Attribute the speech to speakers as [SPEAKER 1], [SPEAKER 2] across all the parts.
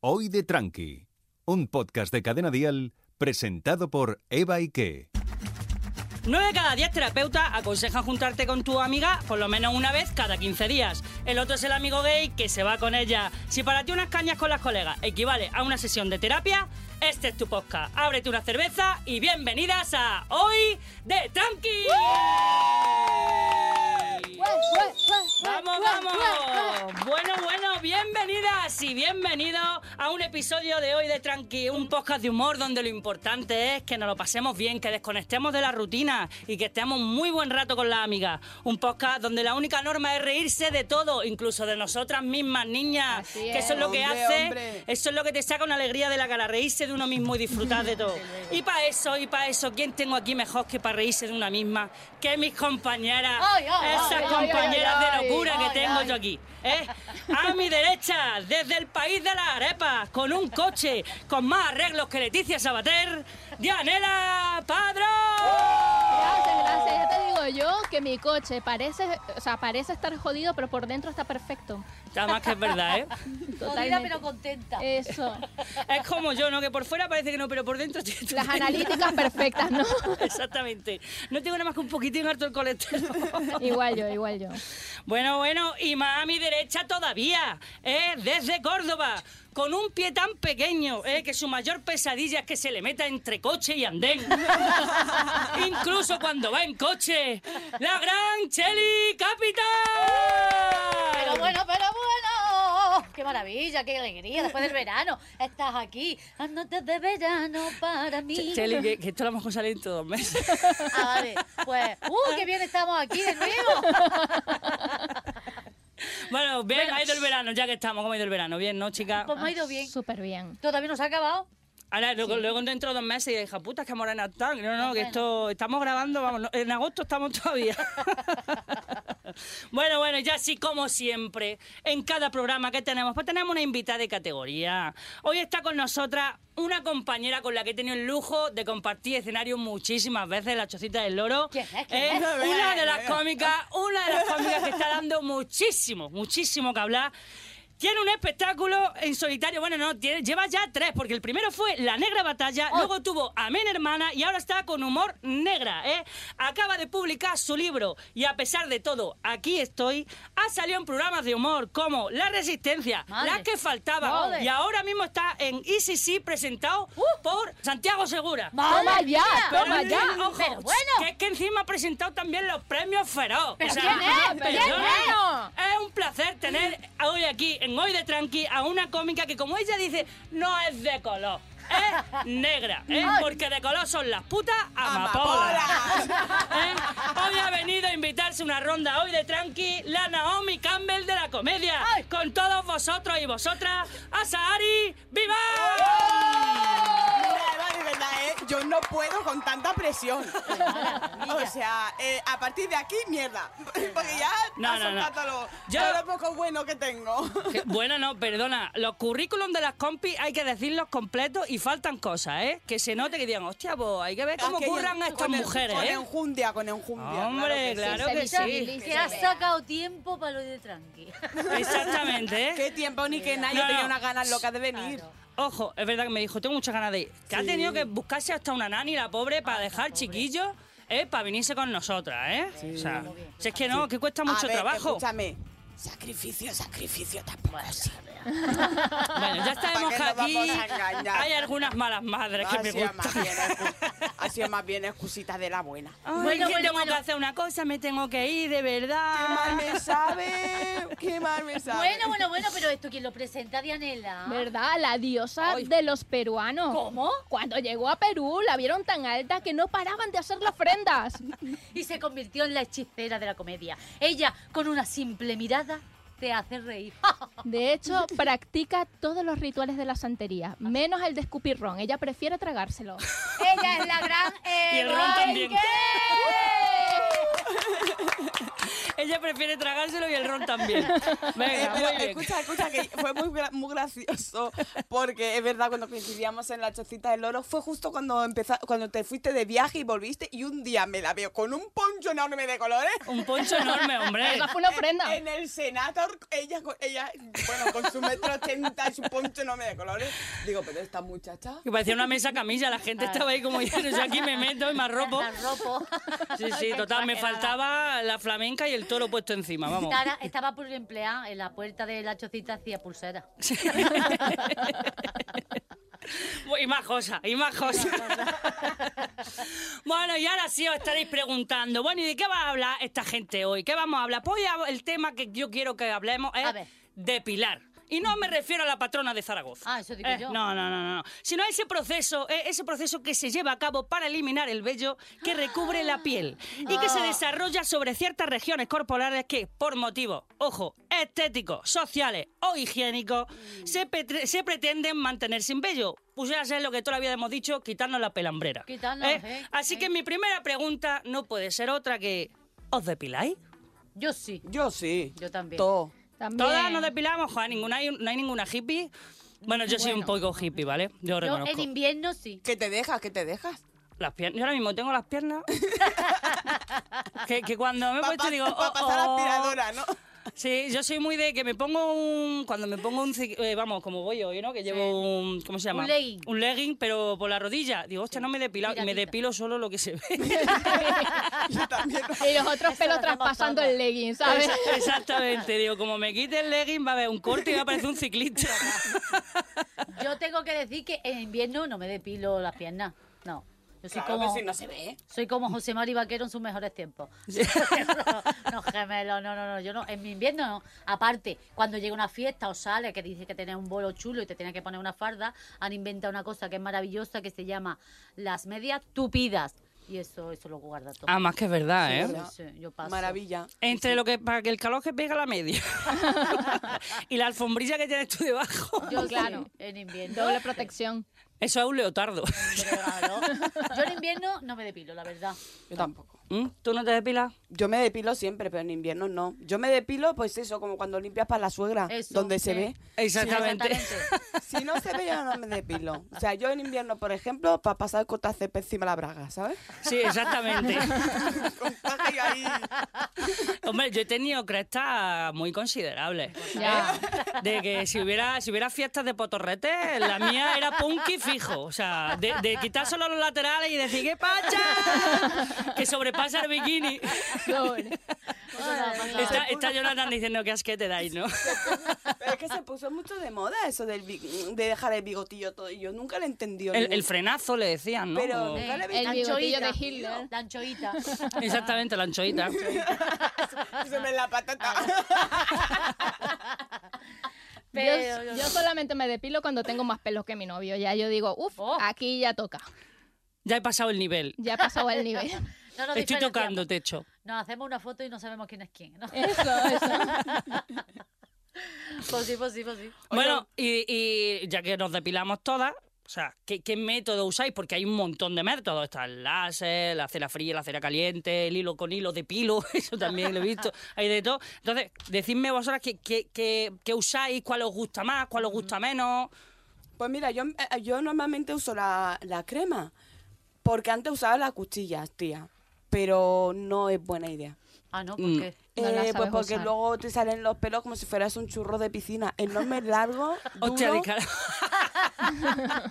[SPEAKER 1] Hoy de Tranqui, un podcast de Cadena Dial presentado por Eva Ike.
[SPEAKER 2] 9 de cada 10 terapeutas aconsejan juntarte con tu amiga por lo menos una vez cada 15 días. El otro es el amigo gay que se va con ella. Si para ti unas cañas con las colegas equivale a una sesión de terapia, este es tu podcast. Ábrete una cerveza y bienvenidas a Hoy de Tranqui. ¡Vamos, vamos! Bueno, bueno, bienvenidas y bienvenidos a un episodio de hoy de Tranqui, un podcast de humor donde lo importante es que nos lo pasemos bien, que desconectemos de la rutina y que estemos muy buen rato con las amigas. Un podcast donde la única norma es reírse de todo, incluso de nosotras mismas, niñas,
[SPEAKER 3] Así
[SPEAKER 2] que eso es lo que
[SPEAKER 4] Hombre,
[SPEAKER 2] hace,
[SPEAKER 4] hombre.
[SPEAKER 2] eso es lo que te saca una alegría de la cara, reírse de uno mismo y disfrutar de todo. Y para eso, y para eso, ¿quién tengo aquí mejor que para reírse de una misma que mis compañeras?
[SPEAKER 3] Ay, ay,
[SPEAKER 2] Esas
[SPEAKER 3] ay,
[SPEAKER 2] compañeras
[SPEAKER 3] ay, ay,
[SPEAKER 2] de locura
[SPEAKER 3] ay,
[SPEAKER 2] que tengo
[SPEAKER 3] ay.
[SPEAKER 2] yo aquí. ¿eh? A mi derecha, desde el país de las arepas, con un coche, con más arreglos que Leticia Sabater, Dianela Padrón.
[SPEAKER 3] Gracias, gracias. Ya te digo yo que mi coche parece, o sea, parece estar jodido, pero por dentro está perfecto.
[SPEAKER 2] Está más que es verdad, ¿eh?
[SPEAKER 5] Jodida
[SPEAKER 3] Totalmente.
[SPEAKER 5] pero contenta.
[SPEAKER 3] Eso.
[SPEAKER 2] Es como yo, ¿no? Que por fuera parece que no, pero por dentro... estoy- estoy
[SPEAKER 3] Las
[SPEAKER 2] dentro.
[SPEAKER 3] analíticas perfectas, ¿no?
[SPEAKER 2] Exactamente. No tengo nada más que un poquitín harto el colesterol.
[SPEAKER 3] Igual yo, igual yo.
[SPEAKER 2] Bueno, bueno, y más a mi derecha todavía, ¿eh? desde Córdoba, con un pie tan pequeño ¿eh? que su mayor pesadilla es que se le meta entre coche y andén. Incluso cuando va en coche, la gran Cheli Capital.
[SPEAKER 5] Pero bueno, pero bueno. Qué maravilla, qué alegría después del verano. Estás aquí, antes de verano para mí.
[SPEAKER 2] Che- Cheli, que, que esto lo hemos salido en todos meses.
[SPEAKER 5] Ah, vale. Pues, uh, qué bien estamos aquí de nuevo.
[SPEAKER 2] Bueno, bien, ha ido el verano, ya que estamos, ¿cómo ha ido el verano? Bien, ¿no, chica?
[SPEAKER 5] Pues me ha ido bien.
[SPEAKER 3] Ah, Súper bien.
[SPEAKER 5] Todavía no se ha acabado.
[SPEAKER 2] Ahora, luego, luego dentro de dos meses, y hija puta, es que morena tal. No, no, que
[SPEAKER 5] bueno.
[SPEAKER 2] esto estamos grabando, vamos, no, en agosto estamos todavía. bueno, bueno, ya sí, como siempre, en cada programa que tenemos, pues tenemos una invitada de categoría. Hoy está con nosotras una compañera con la que he tenido el lujo de compartir escenario muchísimas veces, la Chocita del Loro.
[SPEAKER 5] ¿Quién es? ¿Quién es?
[SPEAKER 2] una de las cómicas, una de las cómicas que está dando muchísimo, muchísimo que hablar. Tiene un espectáculo en solitario. Bueno, no, tiene- lleva ya tres, porque el primero fue La Negra Batalla,
[SPEAKER 5] Oh.
[SPEAKER 2] luego tuvo Amén Hermana y ahora está con Humor Negra. ¿eh? Acaba de publicar su libro y a pesar de todo, aquí estoy. Ha salido en programas de humor como La Resistencia,
[SPEAKER 5] Madre.
[SPEAKER 2] La que faltaba
[SPEAKER 5] Joder. Uh.
[SPEAKER 2] y ahora mismo está en ICC presentado por Santiago Segura.
[SPEAKER 3] Toma
[SPEAKER 5] Madre
[SPEAKER 3] ya,
[SPEAKER 5] mía.
[SPEAKER 3] toma
[SPEAKER 2] Pero,
[SPEAKER 3] ya.
[SPEAKER 2] Ojo,
[SPEAKER 5] Pero bueno.
[SPEAKER 2] que es que encima ha presentado también los premios Feroz.
[SPEAKER 5] Pero ¿quién es?
[SPEAKER 2] pero
[SPEAKER 5] ¿Quién
[SPEAKER 2] no, es un placer tener hoy aquí, en Hoy de Tranqui, a una cómica que, como ella dice, no es de color. Es negra, ¿eh? porque de color son las putas amapolas. ¿eh? Hoy ha venido a invitarse una ronda hoy de tranqui la Naomi Campbell de la comedia. Con todos vosotros y vosotras, a Sahari Viva.
[SPEAKER 4] Mira, Eva, de verdad, ¿eh? yo no puedo con tanta presión. o sea, eh, a partir de aquí, mierda. Porque ya
[SPEAKER 2] No,
[SPEAKER 4] has
[SPEAKER 2] no, no.
[SPEAKER 4] soltado todo lo-
[SPEAKER 2] Yo-
[SPEAKER 4] todo lo poco bueno que tengo.
[SPEAKER 2] Que- Bueno, no, perdona. Los currículum de las compis hay que decirlos completos y faltan cosas, ¿eh? Que se note que digan, hostia, pues hay que ver cómo
[SPEAKER 4] Aquello-
[SPEAKER 2] curran a estas
[SPEAKER 4] con en-
[SPEAKER 2] mujeres,
[SPEAKER 4] Con
[SPEAKER 2] ¿eh?
[SPEAKER 4] enjundia, con enjundia.
[SPEAKER 2] Hombre,
[SPEAKER 4] claro
[SPEAKER 2] claro
[SPEAKER 3] se
[SPEAKER 2] que sí.
[SPEAKER 3] visibiliza.
[SPEAKER 5] Que has sacado tiempo para lo de tranqui.
[SPEAKER 2] Exactamente,
[SPEAKER 4] que sí.
[SPEAKER 2] ¿eh?
[SPEAKER 4] Qué tiempo ni que nadie
[SPEAKER 2] No, no.
[SPEAKER 4] tenía unas ganas locas de venir.
[SPEAKER 2] Ojo, es verdad que me dijo, tengo muchas ganas de ir. Que ha tenido que buscarse hasta una nani, la pobre, para dejar chiquillos, ¿eh? Para venirse con nosotras, ¿eh? o sea, si es que no, que cuesta mucho
[SPEAKER 4] A ver,
[SPEAKER 2] trabajo.
[SPEAKER 4] Escúchame. Sacrificio, sacrificio tampoco. así.
[SPEAKER 2] Bueno, ya sabemos
[SPEAKER 4] ¿Para qué
[SPEAKER 2] que
[SPEAKER 4] nos
[SPEAKER 2] aquí
[SPEAKER 4] vamos a engañar?
[SPEAKER 2] hay algunas malas madres que
[SPEAKER 4] Ha
[SPEAKER 2] me
[SPEAKER 4] sido más
[SPEAKER 2] gustan.
[SPEAKER 4] bien excu- ha sido más bien excusitas de la buena.
[SPEAKER 2] Ay,
[SPEAKER 5] Bueno,
[SPEAKER 2] que
[SPEAKER 5] bueno,
[SPEAKER 2] tengo
[SPEAKER 5] bueno.
[SPEAKER 2] que hacer una cosa, me tengo que ir, de verdad.
[SPEAKER 4] Qué mal me sabe, qué mal me sabe.
[SPEAKER 5] Bueno, bueno, bueno, pero esto quien lo presenta, Dianela.
[SPEAKER 3] ¿Verdad? La diosa de los peruanos.
[SPEAKER 5] Ah. ¿Cómo?
[SPEAKER 3] Cuando llegó a Perú, la vieron tan alta que no paraban de hacerle ofrendas.
[SPEAKER 5] y se convirtió en la hechicera de la comedia. Ella, con una simple mirada, te hace reír.
[SPEAKER 3] De hecho, practica todos los rituales de la
[SPEAKER 5] Ah.
[SPEAKER 3] santería, menos el de escupir ron. Ella prefiere tragárselo.
[SPEAKER 5] Ella es la gran
[SPEAKER 2] Y el ron
[SPEAKER 5] Eva
[SPEAKER 2] también.
[SPEAKER 5] Ike.
[SPEAKER 2] Ella prefiere tragárselo y el ron también.
[SPEAKER 4] Eh,
[SPEAKER 2] Venga,
[SPEAKER 4] pero
[SPEAKER 2] muy bien.
[SPEAKER 4] escucha, escucha, que fue muy, gra- muy gracioso, porque es verdad, cuando coincidíamos en la chocita del loro, fue justo cuando empeza- cuando te fuiste de viaje y volviste, y un día me la veo con un poncho enorme de colores.
[SPEAKER 2] Un poncho enorme, hombre.
[SPEAKER 3] Además fue una ofrenda.
[SPEAKER 4] En el Senator, ella, con- ella bueno, con su metro ochenta y su poncho enorme de colores. Digo, pero esta muchacha...
[SPEAKER 2] Que parecía una mesa camilla, la gente estaba ahí como diciendo, yo aquí me meto y me arropo.
[SPEAKER 5] La ropo.
[SPEAKER 2] Sí, sí,
[SPEAKER 5] Qué
[SPEAKER 2] total, me
[SPEAKER 5] exagerada.
[SPEAKER 2] faltaba la flamenca y el toro puesto encima, vamos.
[SPEAKER 5] Estaba, estaba por emplear en la puerta de la chocita hacía pulsera.
[SPEAKER 2] Y más cosas, y más cosas. bueno, y ahora sí os estaréis preguntando, bueno, ¿y de qué va a hablar esta gente hoy? ¿Qué vamos a hablar? Pues ya el tema que yo quiero que hablemos
[SPEAKER 5] A
[SPEAKER 2] es
[SPEAKER 5] ver.
[SPEAKER 2] de Pilar. Y no me refiero a la patrona de Zaragoza.
[SPEAKER 5] Ah, eso digo
[SPEAKER 2] Eh,
[SPEAKER 5] yo.
[SPEAKER 2] No, no, no, no, no. Sino a ese proceso, eh, ese proceso que se lleva a cabo para eliminar el vello que recubre la piel y que se
[SPEAKER 5] Ah.
[SPEAKER 2] desarrolla sobre ciertas regiones corporales que, por motivos, ojo, estéticos, sociales o higiénicos, se, petre- se pretenden mantener sin vello. Pues ya es lo que todavía hemos dicho, quitarnos la pelambrera.
[SPEAKER 5] Quitarnos,
[SPEAKER 2] Eh,
[SPEAKER 5] eh,
[SPEAKER 2] Así
[SPEAKER 5] eh.
[SPEAKER 2] que mi primera pregunta no puede ser otra que... ¿Os depiláis?
[SPEAKER 5] Yo sí.
[SPEAKER 4] Yo sí.
[SPEAKER 5] Yo también.
[SPEAKER 4] Todo.
[SPEAKER 3] También.
[SPEAKER 2] Todas nos depilamos, joder, ninguna, no hay ninguna hippie. Bueno, yo soy un poco hippie, ¿vale? Yo
[SPEAKER 5] Yo
[SPEAKER 2] reconozco.
[SPEAKER 5] en invierno sí.
[SPEAKER 4] ¿Qué te dejas? ¿Qué te dejas?
[SPEAKER 2] Las piernas. Yo ahora mismo tengo las piernas. que, que cuando me he
[SPEAKER 4] Pa-
[SPEAKER 2] puesto
[SPEAKER 4] pa-
[SPEAKER 2] digo.
[SPEAKER 4] pa
[SPEAKER 2] oh,
[SPEAKER 4] pasar
[SPEAKER 2] oh.
[SPEAKER 4] aspiradora, ¿no?
[SPEAKER 2] Sí, yo soy muy de que me pongo un. Cuando me pongo un. ci- eh, vamos, como voy hoy, ¿no? Que llevo un. ¿Cómo se llama?
[SPEAKER 5] Un legging.
[SPEAKER 2] Un legging, pero por la rodilla. Digo, hostia, no me he depilado. Y me
[SPEAKER 5] Tiradita.
[SPEAKER 2] depilo solo lo que se ve.
[SPEAKER 4] Yo también.
[SPEAKER 3] Y los otros
[SPEAKER 5] Eso lo
[SPEAKER 3] pelos
[SPEAKER 5] hacemos
[SPEAKER 3] traspasando
[SPEAKER 5] todas.
[SPEAKER 3] el legging, ¿sabes?
[SPEAKER 2] Esa- Exactamente. Digo, como me quite el legging, va a haber un corte y va a aparecer un ciclista.
[SPEAKER 5] Yo tengo que decir que en invierno no me depilo las piernas. No. Yo soy
[SPEAKER 4] Claro
[SPEAKER 5] como
[SPEAKER 4] que sí, no se ve.
[SPEAKER 5] soy como José Mari Vaquero en sus mejores tiempos. no, gemelo, no, no, no. Yo no, en mi invierno no. Aparte, cuando llega una fiesta o sale que dice que tenés un bolo chulo y te tienes que poner una farda, han inventado una cosa que es maravillosa que se llama las medias tupidas. Y eso, eso lo guarda todo.
[SPEAKER 2] Ah, más que es verdad, ¿eh?
[SPEAKER 5] Sí, sí, yo paso.
[SPEAKER 4] Maravilla.
[SPEAKER 2] Entre lo que. Para que el calor que pega la media. y la alfombrilla que tienes tú debajo.
[SPEAKER 5] Yo claro.
[SPEAKER 3] Claro.
[SPEAKER 5] en invierno.
[SPEAKER 3] Doble protección.
[SPEAKER 2] Eso es un leotardo.
[SPEAKER 5] pero claro. Yo en invierno no me depilo, la verdad.
[SPEAKER 4] Yo tampoco.
[SPEAKER 2] ¿Mm? ¿Tú no te depilas?
[SPEAKER 4] Yo me depilo siempre, pero en invierno no. Yo me depilo, pues eso, como cuando limpias para la suegra,
[SPEAKER 5] Eso,
[SPEAKER 4] donde se
[SPEAKER 5] sí.
[SPEAKER 4] ve.
[SPEAKER 2] Exactamente.
[SPEAKER 5] Exactamente.
[SPEAKER 4] Si no se ve, yo no me depilo. O sea, yo en invierno, por ejemplo, para pasar cortacepe encima de la braga, ¿sabes?
[SPEAKER 2] Sí, exactamente.
[SPEAKER 4] Con taje ahí.
[SPEAKER 2] Hombre, yo he tenido crestas muy considerables.
[SPEAKER 3] Ya.
[SPEAKER 2] De que si hubiera, si hubiera fiestas de potorrete, la mía era punky fijo. O sea, de, de quitar solo los laterales y decir, ¡qué pacha! Que sobrepasa el bikini.
[SPEAKER 3] Doble.
[SPEAKER 5] Eso no ha pasado.
[SPEAKER 2] Está, está Jonathan diciendo que asquete dais, ¿no?
[SPEAKER 4] Pero es que se puso mucho de moda eso del bi- de dejar el bigotillo todo. Y yo nunca lo he entendido.
[SPEAKER 2] El,
[SPEAKER 4] Digo,
[SPEAKER 2] el frenazo le decían, ¿no?
[SPEAKER 4] Pero
[SPEAKER 2] O-
[SPEAKER 5] Eh,
[SPEAKER 4] nunca le
[SPEAKER 3] El
[SPEAKER 4] vi.
[SPEAKER 3] bigotillo
[SPEAKER 5] anchoita.
[SPEAKER 3] de Hitler.
[SPEAKER 5] La anchoita.
[SPEAKER 2] Exactamente, la anchoita.
[SPEAKER 4] Sobre la patata.
[SPEAKER 5] Pero
[SPEAKER 3] yo, yo solamente me depilo cuando tengo más pelos que mi novio. Ya yo digo, uff,
[SPEAKER 5] Oh.
[SPEAKER 3] aquí ya toca.
[SPEAKER 2] Ya he pasado el nivel.
[SPEAKER 3] Ya he pasado el nivel.
[SPEAKER 5] no nos
[SPEAKER 2] Estoy
[SPEAKER 5] diferenciamos.
[SPEAKER 2] tocando techo.
[SPEAKER 5] Nos hacemos una foto y no sabemos quién es quién. ¿no?
[SPEAKER 3] Eso, eso.
[SPEAKER 5] Pues sí, pues sí, pues sí.
[SPEAKER 2] Bueno, y, y ya que nos depilamos todas, o sea, ¿qué, qué método usáis? Porque hay un montón de métodos. Está el láser, la cera fría, la cera caliente, el hilo con hilo de pilo, eso también lo he visto. Hay de todo. Entonces, decidme vosotras qué, qué, qué- qué usáis, cuál os gusta más, cuál os gusta menos.
[SPEAKER 4] Pues mira, yo, eh, yo normalmente uso la, la crema. Porque antes usaba las cuchillas, tía. Pero no es buena idea.
[SPEAKER 5] Ah, no, ¿por qué?
[SPEAKER 3] No la
[SPEAKER 4] Eh, pues
[SPEAKER 3] sabes
[SPEAKER 4] porque
[SPEAKER 3] usar.
[SPEAKER 4] luego te salen los pelos como si fueras un churro de piscina. Enorme, largo,
[SPEAKER 2] Hostia, de
[SPEAKER 4] duro,
[SPEAKER 2] cara-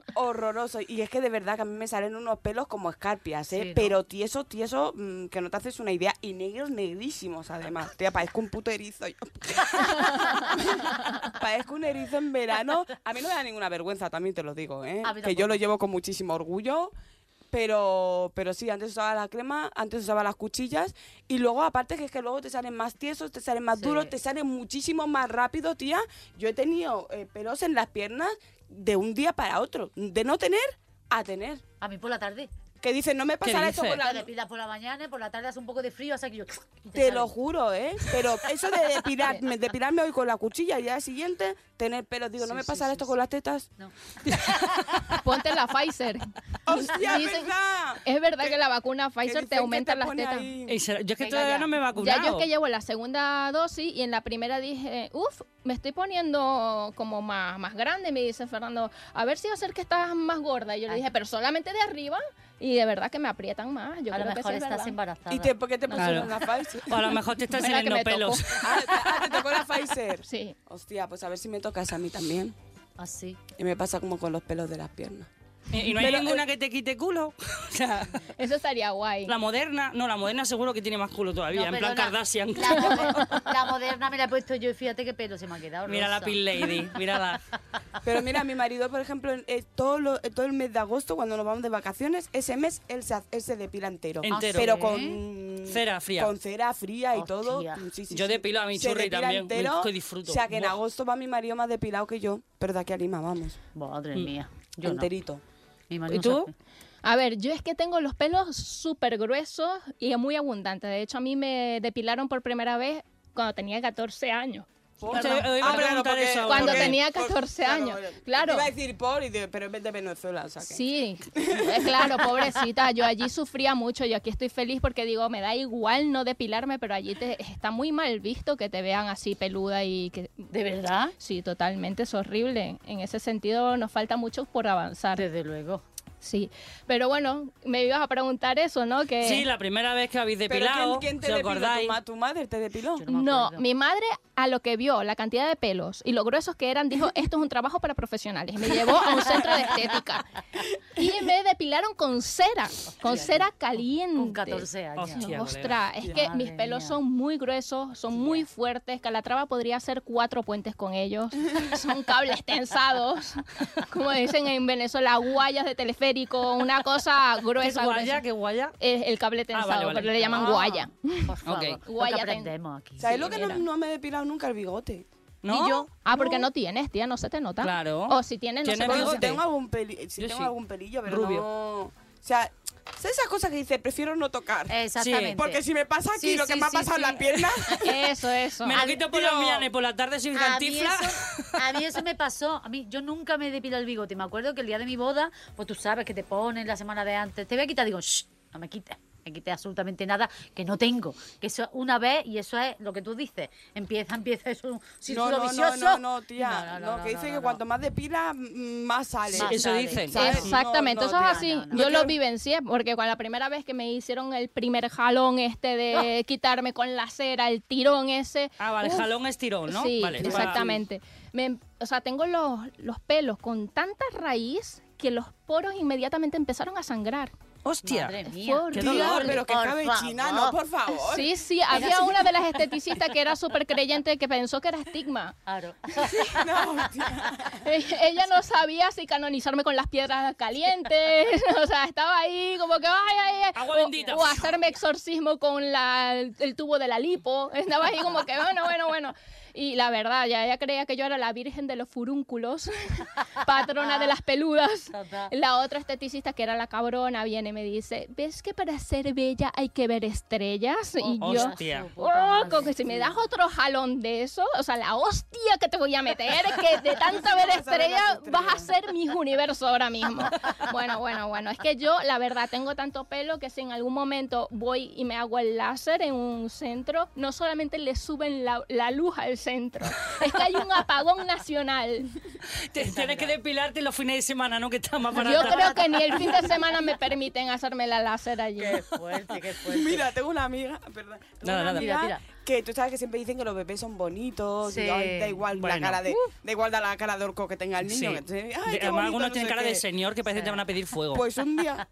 [SPEAKER 4] horroroso. Y es que de verdad que a mí me salen unos pelos como escarpias, ¿eh?
[SPEAKER 5] Sí, ¿no?
[SPEAKER 4] Pero tiesos, tiesos, mm, que no te haces una idea. Y negros, negrísimos, además. Te parezco un puto erizo. yo. parezco un erizo en verano. A mí no me da ninguna vergüenza, también te lo digo, ¿eh?
[SPEAKER 5] A mí
[SPEAKER 4] Que yo
[SPEAKER 5] tampoco.
[SPEAKER 4] lo llevo con muchísimo orgullo. Pero, pero sí, antes usaba la crema, antes usaba las cuchillas y luego aparte que es que luego te salen más tiesos, te salen más
[SPEAKER 5] Sí.
[SPEAKER 4] duros, te salen muchísimo más rápido, tía. Yo he tenido eh, pelos en las piernas de un día para otro, de no tener a tener.
[SPEAKER 5] A mí por la tarde.
[SPEAKER 4] que dicen, no me pasará esto
[SPEAKER 2] dices?
[SPEAKER 4] con la
[SPEAKER 5] Te depilas por la mañana, y por la tarde hace un poco de frío, hasta que yo... y
[SPEAKER 4] Te
[SPEAKER 5] sale.
[SPEAKER 4] lo juro, ¿eh? Pero eso de depilarme, depilarme hoy con la cuchilla y al día siguiente tener pelos. Digo, ¿no me pasará esto con las tetas?
[SPEAKER 5] No.
[SPEAKER 3] Ponte la Pfizer.
[SPEAKER 4] ¡Hostia,
[SPEAKER 3] Dicen-
[SPEAKER 4] verdad!
[SPEAKER 3] Es verdad que la vacuna
[SPEAKER 4] Que
[SPEAKER 3] Pfizer
[SPEAKER 4] dicen
[SPEAKER 3] te
[SPEAKER 4] que
[SPEAKER 3] aumenta las
[SPEAKER 4] pone
[SPEAKER 3] tetas.
[SPEAKER 4] ahí.
[SPEAKER 2] Y será- Yo es que
[SPEAKER 5] Venga,
[SPEAKER 2] todavía
[SPEAKER 5] ya.
[SPEAKER 2] no me he
[SPEAKER 3] Ya
[SPEAKER 2] vacunado.
[SPEAKER 3] yo es que llevo la segunda dosis y en la primera dije, uff, me estoy poniendo como más, más grande. Y Me dice Fernando, a ver si va a ser que estás más gorda. Y yo le
[SPEAKER 5] Ay.
[SPEAKER 3] dije, pero solamente de arriba. Y de verdad que me aprietan más. Yo
[SPEAKER 5] a lo
[SPEAKER 3] creo que
[SPEAKER 5] mejor
[SPEAKER 3] sí es
[SPEAKER 5] estás
[SPEAKER 3] verdad.
[SPEAKER 5] embarazada.
[SPEAKER 4] ¿Y te, por qué te
[SPEAKER 2] Claro.
[SPEAKER 4] pusieron la Pfizer?
[SPEAKER 2] O a lo mejor te están
[SPEAKER 3] Bueno, que
[SPEAKER 2] saliendo
[SPEAKER 3] me tocó.
[SPEAKER 2] pelos.
[SPEAKER 4] Ah, te, ah, te tocó la Pfizer.
[SPEAKER 3] Sí.
[SPEAKER 4] Hostia, pues a ver si me tocas a mí también.
[SPEAKER 5] Así.
[SPEAKER 4] Y me pasa como con los pelos de las piernas.
[SPEAKER 2] Y, y no hay
[SPEAKER 4] Pero,
[SPEAKER 3] eh,
[SPEAKER 2] ninguna que te quite culo. O sea,
[SPEAKER 3] Eso estaría guay.
[SPEAKER 2] la moderna, no, la moderna seguro que tiene más culo todavía,
[SPEAKER 5] No,
[SPEAKER 2] Ah, en plan
[SPEAKER 5] perdona,
[SPEAKER 2] Kardashian.
[SPEAKER 5] La, moder- la moderna me la he puesto yo y fíjate qué pelo se me ha quedado.
[SPEAKER 2] Mira la
[SPEAKER 5] rosa.
[SPEAKER 2] Pin Lady, mírala.
[SPEAKER 4] Pero mira, mi marido, por ejemplo, en- eh, todo, lo- eh, todo el mes de agosto, cuando nos vamos de vacaciones, ese mes él se, ha- él se depila entero.
[SPEAKER 2] Entero.
[SPEAKER 4] Pero con...
[SPEAKER 2] Ah, Cera fría.
[SPEAKER 4] Con cera fría y
[SPEAKER 5] Hostia.
[SPEAKER 4] todo. Mm, Sí, sí,
[SPEAKER 2] Yo
[SPEAKER 4] sí.
[SPEAKER 2] depilo a mi
[SPEAKER 4] Se
[SPEAKER 2] churri
[SPEAKER 4] depila
[SPEAKER 2] también, me-
[SPEAKER 4] entero,
[SPEAKER 2] que disfruto.
[SPEAKER 4] O sea, que en
[SPEAKER 2] Buah.
[SPEAKER 4] agosto va mi marido más depilado que yo, pero de aquí a Lima, vamos.
[SPEAKER 5] Madre mía. Yo no.
[SPEAKER 4] enterito.
[SPEAKER 5] Mi mano
[SPEAKER 2] ¿Y
[SPEAKER 5] no se
[SPEAKER 2] tú?
[SPEAKER 5] hace.
[SPEAKER 3] A ver, yo es que tengo los pelos súper gruesos y muy abundantes. De hecho, a mí me depilaron por primera vez cuando tenía 14 años.
[SPEAKER 2] Te- eh, iba a preguntar eso ahora.
[SPEAKER 3] Ah, Cuando
[SPEAKER 2] ¿Por qué?
[SPEAKER 3] tenía 14
[SPEAKER 4] claro,
[SPEAKER 3] años.
[SPEAKER 4] vale.
[SPEAKER 3] Claro.
[SPEAKER 4] Iba a decir por, y de- pero es de Venezuela, o sea que...
[SPEAKER 3] Sí, eh, claro, pobrecita. Yo allí sufría mucho. Yo aquí estoy feliz porque digo, me da igual no depilarme, pero allí te, está muy mal visto que te vean así peluda y que.
[SPEAKER 5] ¿De verdad?
[SPEAKER 3] Sí, totalmente, es horrible. En ese sentido, nos falta mucho por avanzar.
[SPEAKER 5] Desde luego.
[SPEAKER 3] Sí, pero bueno, me ibas a preguntar eso, ¿no? Que
[SPEAKER 2] Sí, la primera vez que habéis
[SPEAKER 4] Eh, Pero
[SPEAKER 2] depilado,
[SPEAKER 4] ¿quién, quién te
[SPEAKER 2] ¿se
[SPEAKER 4] depiló? ¿Tu,
[SPEAKER 2] acordáis?
[SPEAKER 4] ma- tu madre te depiló?
[SPEAKER 5] Yo me
[SPEAKER 3] No,
[SPEAKER 5] acuerdo.
[SPEAKER 3] mi madre a lo que vio, la cantidad de pelos y lo gruesos que eran, dijo, esto es un trabajo para profesionales. Y me llevó a un centro de estética. Y me depilaron con cera, con cera caliente.
[SPEAKER 5] Con 14 años.
[SPEAKER 2] Hostia.
[SPEAKER 3] No,
[SPEAKER 2] colega.
[SPEAKER 3] Ostras, es que
[SPEAKER 5] Madre
[SPEAKER 3] mis pelos
[SPEAKER 5] mía.
[SPEAKER 3] son muy gruesos, son muy fuertes. Calatrava podría hacer cuatro puentes con ellos. Son cables tensados, como dicen en Venezuela, guayas de teleférico, una cosa
[SPEAKER 5] Pues
[SPEAKER 2] ¿Qué
[SPEAKER 3] gruesa.
[SPEAKER 2] guaya?
[SPEAKER 3] gruesa.
[SPEAKER 2] ¿Qué guaya?
[SPEAKER 3] Es el cable tensado,
[SPEAKER 2] vale.
[SPEAKER 3] pero le llaman
[SPEAKER 2] Ah.
[SPEAKER 3] guaya.
[SPEAKER 5] Por favor.
[SPEAKER 2] Ok.
[SPEAKER 5] Lo
[SPEAKER 3] Guaya
[SPEAKER 5] que
[SPEAKER 3] ten-
[SPEAKER 5] aprendemos aquí.
[SPEAKER 4] ¿Sabes
[SPEAKER 3] Sí,
[SPEAKER 4] lo que no,
[SPEAKER 3] mira.
[SPEAKER 4] no me he depilado nunca? El bigote.
[SPEAKER 2] ¿No?
[SPEAKER 5] ¿Y yo?
[SPEAKER 3] Ah, porque no tienes, tía, no se te nota.
[SPEAKER 2] Claro.
[SPEAKER 3] O si tienes, no se
[SPEAKER 2] ¿Tienes
[SPEAKER 3] te
[SPEAKER 4] Tengo,
[SPEAKER 2] bigote?
[SPEAKER 4] tengo
[SPEAKER 3] nota.
[SPEAKER 4] algún, peli- sí,
[SPEAKER 2] Yo
[SPEAKER 4] tengo
[SPEAKER 2] sí.
[SPEAKER 4] algún pelillo, pero
[SPEAKER 2] Rubio.
[SPEAKER 4] no... O sea, ¿sabes esas cosas que dices? Prefiero no tocar.
[SPEAKER 5] Exactamente.
[SPEAKER 4] Porque si me pasa aquí
[SPEAKER 5] Sí,
[SPEAKER 4] lo que
[SPEAKER 5] sí,
[SPEAKER 4] me ha
[SPEAKER 5] sí,
[SPEAKER 4] pasado en
[SPEAKER 5] sí.
[SPEAKER 4] la pierna...
[SPEAKER 3] Eso, eso.
[SPEAKER 2] Me lo
[SPEAKER 5] Al-
[SPEAKER 2] quito por
[SPEAKER 4] Tío.
[SPEAKER 2] las mañanas y por la tarde soy
[SPEAKER 5] A mí,
[SPEAKER 2] cantifla.
[SPEAKER 5] eso, a mí eso me pasó. A mí, yo nunca me he depilado el bigote. Me acuerdo que el día de mi boda, pues tú sabes que te ponen la semana de antes. Te voy a quitar, digo, "Shh, no me quites. Me quité absolutamente nada que no tengo. Que eso es una vez y eso es lo que tú dices. Empieza, empieza, es un
[SPEAKER 4] No,
[SPEAKER 5] círculo
[SPEAKER 4] no, no,
[SPEAKER 5] vicioso.
[SPEAKER 4] no, no, tía.
[SPEAKER 5] No, no, no,
[SPEAKER 4] no,
[SPEAKER 5] no,
[SPEAKER 4] que dice
[SPEAKER 5] no,
[SPEAKER 4] que
[SPEAKER 5] no.
[SPEAKER 4] cuanto más depila, m- más sale.
[SPEAKER 5] Más
[SPEAKER 2] Eso
[SPEAKER 5] sale.
[SPEAKER 2] dicen.
[SPEAKER 4] ¿sabes?
[SPEAKER 3] Ah, Exactamente,
[SPEAKER 4] No, no,
[SPEAKER 3] eso es
[SPEAKER 4] tía,
[SPEAKER 3] así.
[SPEAKER 5] no, no.
[SPEAKER 3] Yo
[SPEAKER 4] No
[SPEAKER 3] lo
[SPEAKER 4] quiero-
[SPEAKER 3] vivencié porque con la primera vez que me hicieron el primer jalón este de quitarme con la cera, el tirón ese.
[SPEAKER 2] Ah, vale,
[SPEAKER 3] uf,
[SPEAKER 2] jalón estirón, ¿no?
[SPEAKER 3] Sí,
[SPEAKER 2] vale, para-
[SPEAKER 3] exactamente. Me- o sea, tengo los, los pelos con tanta raíz que los poros inmediatamente empezaron a sangrar.
[SPEAKER 2] Hostia.
[SPEAKER 5] Madre
[SPEAKER 3] Es
[SPEAKER 5] mía.
[SPEAKER 2] Qué
[SPEAKER 3] horrible.
[SPEAKER 4] Tía,
[SPEAKER 2] dolor,
[SPEAKER 4] pero que
[SPEAKER 5] por
[SPEAKER 4] cabe
[SPEAKER 5] favor.
[SPEAKER 4] China, no, por favor.
[SPEAKER 3] Sí, sí, había una de las esteticistas que era súper creyente que pensó que era estigma.
[SPEAKER 5] Claro.
[SPEAKER 4] No, tía.
[SPEAKER 3] Eh, Ella no sabía si canonizarme con las piedras calientes, o sea, estaba ahí como que, ay, ay, ay,
[SPEAKER 2] Agua
[SPEAKER 3] o-
[SPEAKER 2] bendita.
[SPEAKER 3] o, hacerme exorcismo con la, el tubo de la lipo, estaba ahí como que, bueno, bueno, bueno. Y la verdad, ya ella creía que yo era la virgen de los furúnculos, patrona de las peludas.
[SPEAKER 5] Total.
[SPEAKER 3] La otra esteticista, que era la cabrona, viene y me dice, ¿ves que para ser bella hay que ver estrellas? Y yo...
[SPEAKER 2] Hostia.
[SPEAKER 5] Su puta
[SPEAKER 3] Oh, con
[SPEAKER 5] madre.
[SPEAKER 3] que si me das otro jalón de eso, o sea, la hostia que te voy a meter, que de tanta ver
[SPEAKER 4] Vas a ver las
[SPEAKER 3] estrella vas a
[SPEAKER 4] estrellas.
[SPEAKER 3] ser mis universo ahora mismo. Bueno, bueno, bueno, es que yo la verdad tengo tanto pelo que si en algún momento voy y me hago el láser en un centro, no solamente le suben la, la luz al centro, es que hay un apagón nacional.
[SPEAKER 2] Te- tienes que depilarte los fines de semana, ¿no? Que está más
[SPEAKER 3] Yo
[SPEAKER 2] barata.
[SPEAKER 3] creo que ni el fin de semana me permiten hacerme la láser allí.
[SPEAKER 5] Qué fuerte, qué fuerte.
[SPEAKER 4] Mira, tengo una amiga, perdón, tengo
[SPEAKER 2] Nada,
[SPEAKER 4] una
[SPEAKER 2] nada.
[SPEAKER 4] amiga
[SPEAKER 5] Tira,
[SPEAKER 4] que tú sabes que siempre dicen que los bebés son bonitos, y,
[SPEAKER 5] Sí.
[SPEAKER 4] ay, da igual
[SPEAKER 2] Bueno.
[SPEAKER 4] la cara de, da igual da la cara de orco que tenga el niño.
[SPEAKER 2] Sí.
[SPEAKER 4] que te- ay,
[SPEAKER 2] De-
[SPEAKER 4] qué
[SPEAKER 2] además,
[SPEAKER 4] bonito,
[SPEAKER 2] algunos
[SPEAKER 4] no
[SPEAKER 2] tienen
[SPEAKER 4] sé
[SPEAKER 2] cara de
[SPEAKER 4] qué.
[SPEAKER 2] señor que parece que te van a pedir fuego.
[SPEAKER 4] Pues un día,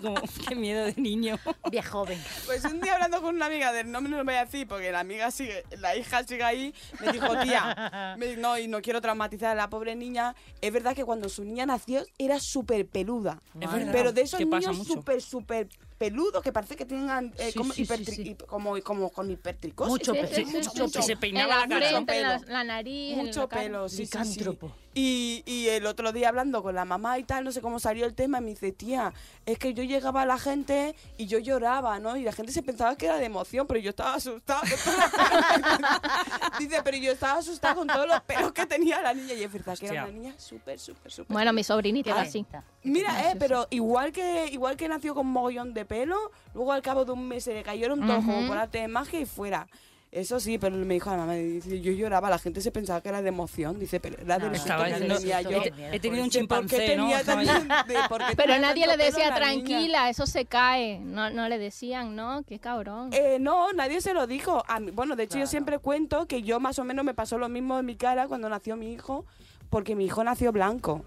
[SPEAKER 2] Como, qué miedo de niño.
[SPEAKER 5] Bien joven.
[SPEAKER 4] pues un día hablando con una amiga del nombre no lo voy a decir porque la amiga sigue, la hija sigue ahí, me dijo tía, me- no y no quiero traumatizar a la pobre niña. Es verdad que cuando su niña nació era súper peluda,
[SPEAKER 2] Es verdad,
[SPEAKER 4] pero de esos
[SPEAKER 2] que pasa
[SPEAKER 4] niños
[SPEAKER 2] mucho.
[SPEAKER 4] súper súper peludos que parece que tengan eh,
[SPEAKER 5] Sí,
[SPEAKER 4] como,
[SPEAKER 5] sí, sí,
[SPEAKER 4] hipertri-
[SPEAKER 5] sí.
[SPEAKER 4] hip- como como con hipertricosis.
[SPEAKER 5] Mucho
[SPEAKER 3] Sí,
[SPEAKER 5] pelo.
[SPEAKER 3] sí, sí,
[SPEAKER 2] mucho
[SPEAKER 3] sí.
[SPEAKER 2] pelo. Se peinaba
[SPEAKER 3] en la,
[SPEAKER 2] la cara.
[SPEAKER 3] frente, en la,
[SPEAKER 4] Mucho
[SPEAKER 3] la nariz, en
[SPEAKER 4] Mucho
[SPEAKER 3] la cara.
[SPEAKER 4] pelo, sí, sí, sí.
[SPEAKER 5] Licántropo.
[SPEAKER 4] Y, y el otro día hablando con la mamá y tal, no sé cómo salió el tema, me dice, tía, es que yo llegaba a la gente y yo lloraba, ¿no? Y la gente se pensaba que era de emoción, pero yo estaba asustada. con todos los pelos que- dice, pero yo estaba asustada con todos los pelos que tenía la niña. Y es verdad que era
[SPEAKER 2] Hostia.
[SPEAKER 4] una niña súper, súper, súper.
[SPEAKER 3] Bueno, mi sobrinita
[SPEAKER 5] Qué
[SPEAKER 3] era así.
[SPEAKER 5] bonita.
[SPEAKER 4] Mira, eh,
[SPEAKER 3] gracioso.
[SPEAKER 4] pero igual que igual que nació con mogollón de pelo, luego al cabo de un mes se le cayeron todos como
[SPEAKER 3] Ujú.
[SPEAKER 4] por arte de magia y fuera. Eso sí, pero me dijo la mamá, dice, yo lloraba, la gente se pensaba que era de emoción, dice, pero era de
[SPEAKER 5] No,
[SPEAKER 4] lo
[SPEAKER 2] Ah, Estaba
[SPEAKER 4] que
[SPEAKER 2] diciendo-
[SPEAKER 4] tenía yo.
[SPEAKER 2] he, he tenido un
[SPEAKER 4] Dice, ¿por qué
[SPEAKER 2] chimpancé, ¿no?
[SPEAKER 4] tenía
[SPEAKER 2] Estaba
[SPEAKER 4] tan-
[SPEAKER 2] yo-
[SPEAKER 4] de- por qué
[SPEAKER 3] Pero
[SPEAKER 4] tenía
[SPEAKER 3] nadie le
[SPEAKER 4] tanto pelo
[SPEAKER 3] decía,
[SPEAKER 4] la niña?
[SPEAKER 3] tranquila, eso se cae. No, no le decían, ¿no? Qué cabrón.
[SPEAKER 4] Eh, no, nadie se lo dijo. A mí- bueno, de hecho yo
[SPEAKER 5] Claro.
[SPEAKER 4] siempre cuento que yo más o menos me pasó lo mismo en mi cara cuando nació mi hijo, porque mi hijo nació blanco.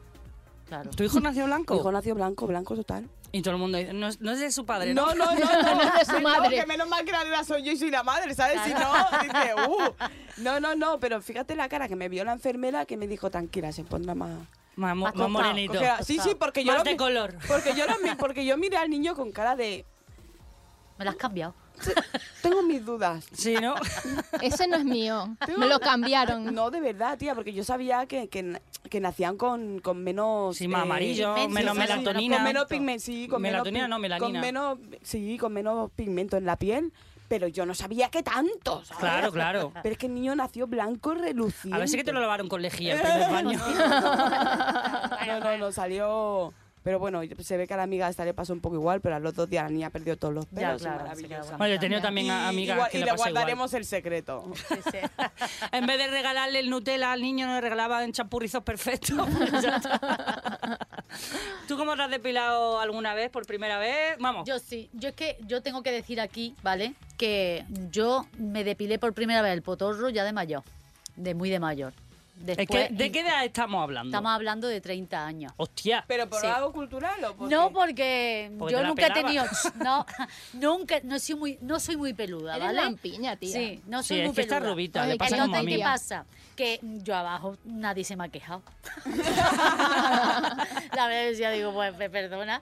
[SPEAKER 5] Claro.
[SPEAKER 2] ¿Tu hijo nació
[SPEAKER 4] Mi hijo
[SPEAKER 2] blanco?
[SPEAKER 4] nació blanco, blanco total.
[SPEAKER 2] Y todo el mundo dice, no, es- no es de su padre,
[SPEAKER 4] No,
[SPEAKER 2] ¿no?
[SPEAKER 4] no, no, no,
[SPEAKER 3] No, de
[SPEAKER 4] No,
[SPEAKER 3] su madre.
[SPEAKER 4] que menos mal que la nena soy yo y soy la madre, ¿sabes? Si no, dice, uh. No, no, no, pero fíjate la cara que me vio la enfermera que me dijo, tranquila, se pondrá más.
[SPEAKER 2] Más, mo- más
[SPEAKER 5] Más cortado,
[SPEAKER 2] morenito.
[SPEAKER 4] Cogea- Sí, sí, porque yo.
[SPEAKER 2] Más
[SPEAKER 4] lo
[SPEAKER 2] de
[SPEAKER 4] mi-
[SPEAKER 2] color.
[SPEAKER 4] Porque yo, lo mi- porque yo miré al niño con cara de.
[SPEAKER 5] Me la has cambiado.
[SPEAKER 4] Tengo mis dudas.
[SPEAKER 2] Sí, ¿no?
[SPEAKER 3] Ese no es mío. Me lo cambiaron.
[SPEAKER 4] No, de verdad, tía, porque yo sabía que, que, que nacían con, con menos. eh,
[SPEAKER 2] Sí, más amarillo,
[SPEAKER 5] pigmentos,
[SPEAKER 2] menos
[SPEAKER 5] sí, sí,
[SPEAKER 2] melatonina.
[SPEAKER 4] Con menos pigmento, sí, con
[SPEAKER 2] Melatonina,
[SPEAKER 4] menos,
[SPEAKER 2] no,
[SPEAKER 4] pi-
[SPEAKER 2] melanina.
[SPEAKER 4] Con menos, sí, con menos pigmento en la piel, pero yo no sabía que tanto, ¿sabes?
[SPEAKER 2] Claro, claro.
[SPEAKER 4] Pero es que el niño nació blanco reluciente.
[SPEAKER 2] Ah. A ver si que te lo lavaron con lejía el primer baño.
[SPEAKER 4] No, no, no, salió... Pero bueno, se ve que a la amiga esta le pasó un poco igual, pero a los dos días la niña perdió todos los
[SPEAKER 5] Ya,
[SPEAKER 4] pelos. y
[SPEAKER 5] claro,
[SPEAKER 4] maravillosa.
[SPEAKER 5] se queda
[SPEAKER 2] Bueno, yo he tenido también a-
[SPEAKER 4] Y
[SPEAKER 2] amigas
[SPEAKER 4] igual-
[SPEAKER 2] que
[SPEAKER 4] y
[SPEAKER 2] le
[SPEAKER 4] le
[SPEAKER 2] pasa igual.
[SPEAKER 4] guardaremos el secreto.
[SPEAKER 2] En vez de regalarle el Nutella al niño, le regalaban champurrizos perfectos. Pues ya está. ¿Tú cómo te has depilado alguna vez, por primera vez? Vamos.
[SPEAKER 5] Yo sí, yo es que yo tengo que decir aquí, ¿vale? Que yo me depilé por primera vez el potorro ya de mayor, de muy de mayor.
[SPEAKER 2] es
[SPEAKER 5] Después,
[SPEAKER 2] que, ¿De qué edad estamos hablando?
[SPEAKER 5] Estamos hablando de 30 años.
[SPEAKER 2] Hostia.
[SPEAKER 4] ¿Pero por
[SPEAKER 5] Sí.
[SPEAKER 4] algo cultural o por
[SPEAKER 5] No,
[SPEAKER 4] qué?
[SPEAKER 5] porque,
[SPEAKER 2] Porque te
[SPEAKER 5] yo
[SPEAKER 2] la
[SPEAKER 5] nunca he
[SPEAKER 2] pelaba.
[SPEAKER 5] tenido. No, nunca, no soy muy, no soy muy peluda,
[SPEAKER 3] Eres
[SPEAKER 5] ¿vale?
[SPEAKER 3] lampiña, tía.
[SPEAKER 5] Sí, no
[SPEAKER 2] Sí,
[SPEAKER 5] soy
[SPEAKER 2] es
[SPEAKER 5] muy
[SPEAKER 2] que está
[SPEAKER 5] peluda.
[SPEAKER 2] rubita,
[SPEAKER 3] le pasa como a
[SPEAKER 5] Entonces,
[SPEAKER 3] mí.
[SPEAKER 5] ¿qué pasa? Que yo abajo nadie se me ha quejado. la verdad es que yo digo, pues me perdona.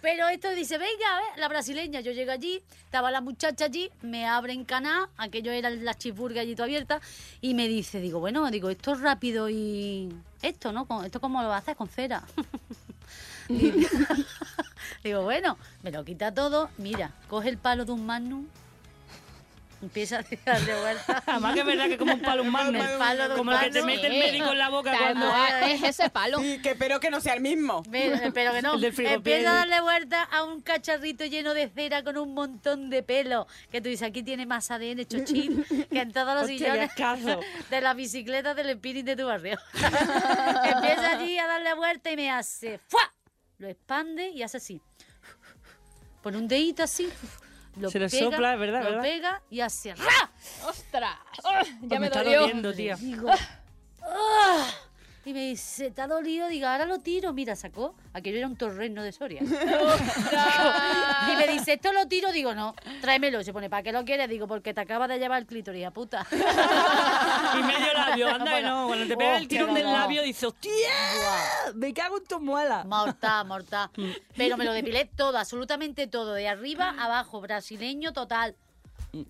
[SPEAKER 5] Pero esto dice, venga, a ver, la brasileña, yo llego allí, estaba la muchacha allí, me abren canal, aquello era la chisburga allí toda abierta, y me dice, digo, bueno, digo, esto es rápido y esto, ¿no? Con- ¿Esto cómo lo haces con cera? Digo, bueno, me lo quita todo. Mira, coge el palo de un magnum, empieza a darle vuelta.
[SPEAKER 2] Además que es verdad que como un palo un magnet.
[SPEAKER 5] El palo de
[SPEAKER 2] Como
[SPEAKER 5] un
[SPEAKER 2] el que te
[SPEAKER 5] magnet.
[SPEAKER 2] mete el médico en la boca
[SPEAKER 3] Tal
[SPEAKER 2] cuando...
[SPEAKER 3] cual, Es ese palo.
[SPEAKER 4] Sí, que espero que no sea el mismo.
[SPEAKER 5] Pero, eh, pero que no,
[SPEAKER 2] El del frigopié.
[SPEAKER 5] empieza a darle vuelta a un cacharrito lleno de cera con un montón de pelo. Que tú dices, aquí tiene más ADN chochín que en todos los
[SPEAKER 2] Hostia, qué
[SPEAKER 5] sillones
[SPEAKER 2] ascazo.
[SPEAKER 5] de las bicicletas del spinning de tu barrio. empieza allí a darle vuelta y me hace ¡fua! Lo expande y hace así. Pone un dedito así. Lo
[SPEAKER 2] Se le
[SPEAKER 5] pega,
[SPEAKER 2] sopla, es verdad,
[SPEAKER 5] Lo
[SPEAKER 2] ¿verdad?
[SPEAKER 5] pega y hace ¡ra!
[SPEAKER 3] ¡Ostras!
[SPEAKER 2] Pues
[SPEAKER 3] Ya
[SPEAKER 2] me
[SPEAKER 3] me
[SPEAKER 2] está
[SPEAKER 3] dolió.
[SPEAKER 2] doliendo, tía.
[SPEAKER 5] Digo, "Ah". Y me dice, está dolido. Digo, ahora lo tiro. Mira, sacó. Aquello era un torreno de Soria. y me dice, esto lo tiro. Digo, no, tráemelo. Se pone, ¿para qué lo quieres? Digo, porque te acabas de llevar el clítoris, a puta.
[SPEAKER 2] Y medio labio, anda que no. Cuando te pega el
[SPEAKER 5] Hostia,
[SPEAKER 2] tirón del
[SPEAKER 5] no.
[SPEAKER 2] labio, dices, ¡hostia! Me cago en tu muela.
[SPEAKER 5] Morta, morta.
[SPEAKER 2] Mm.
[SPEAKER 5] Pero me lo depilé todo, absolutamente todo. De arriba a abajo, brasileño total.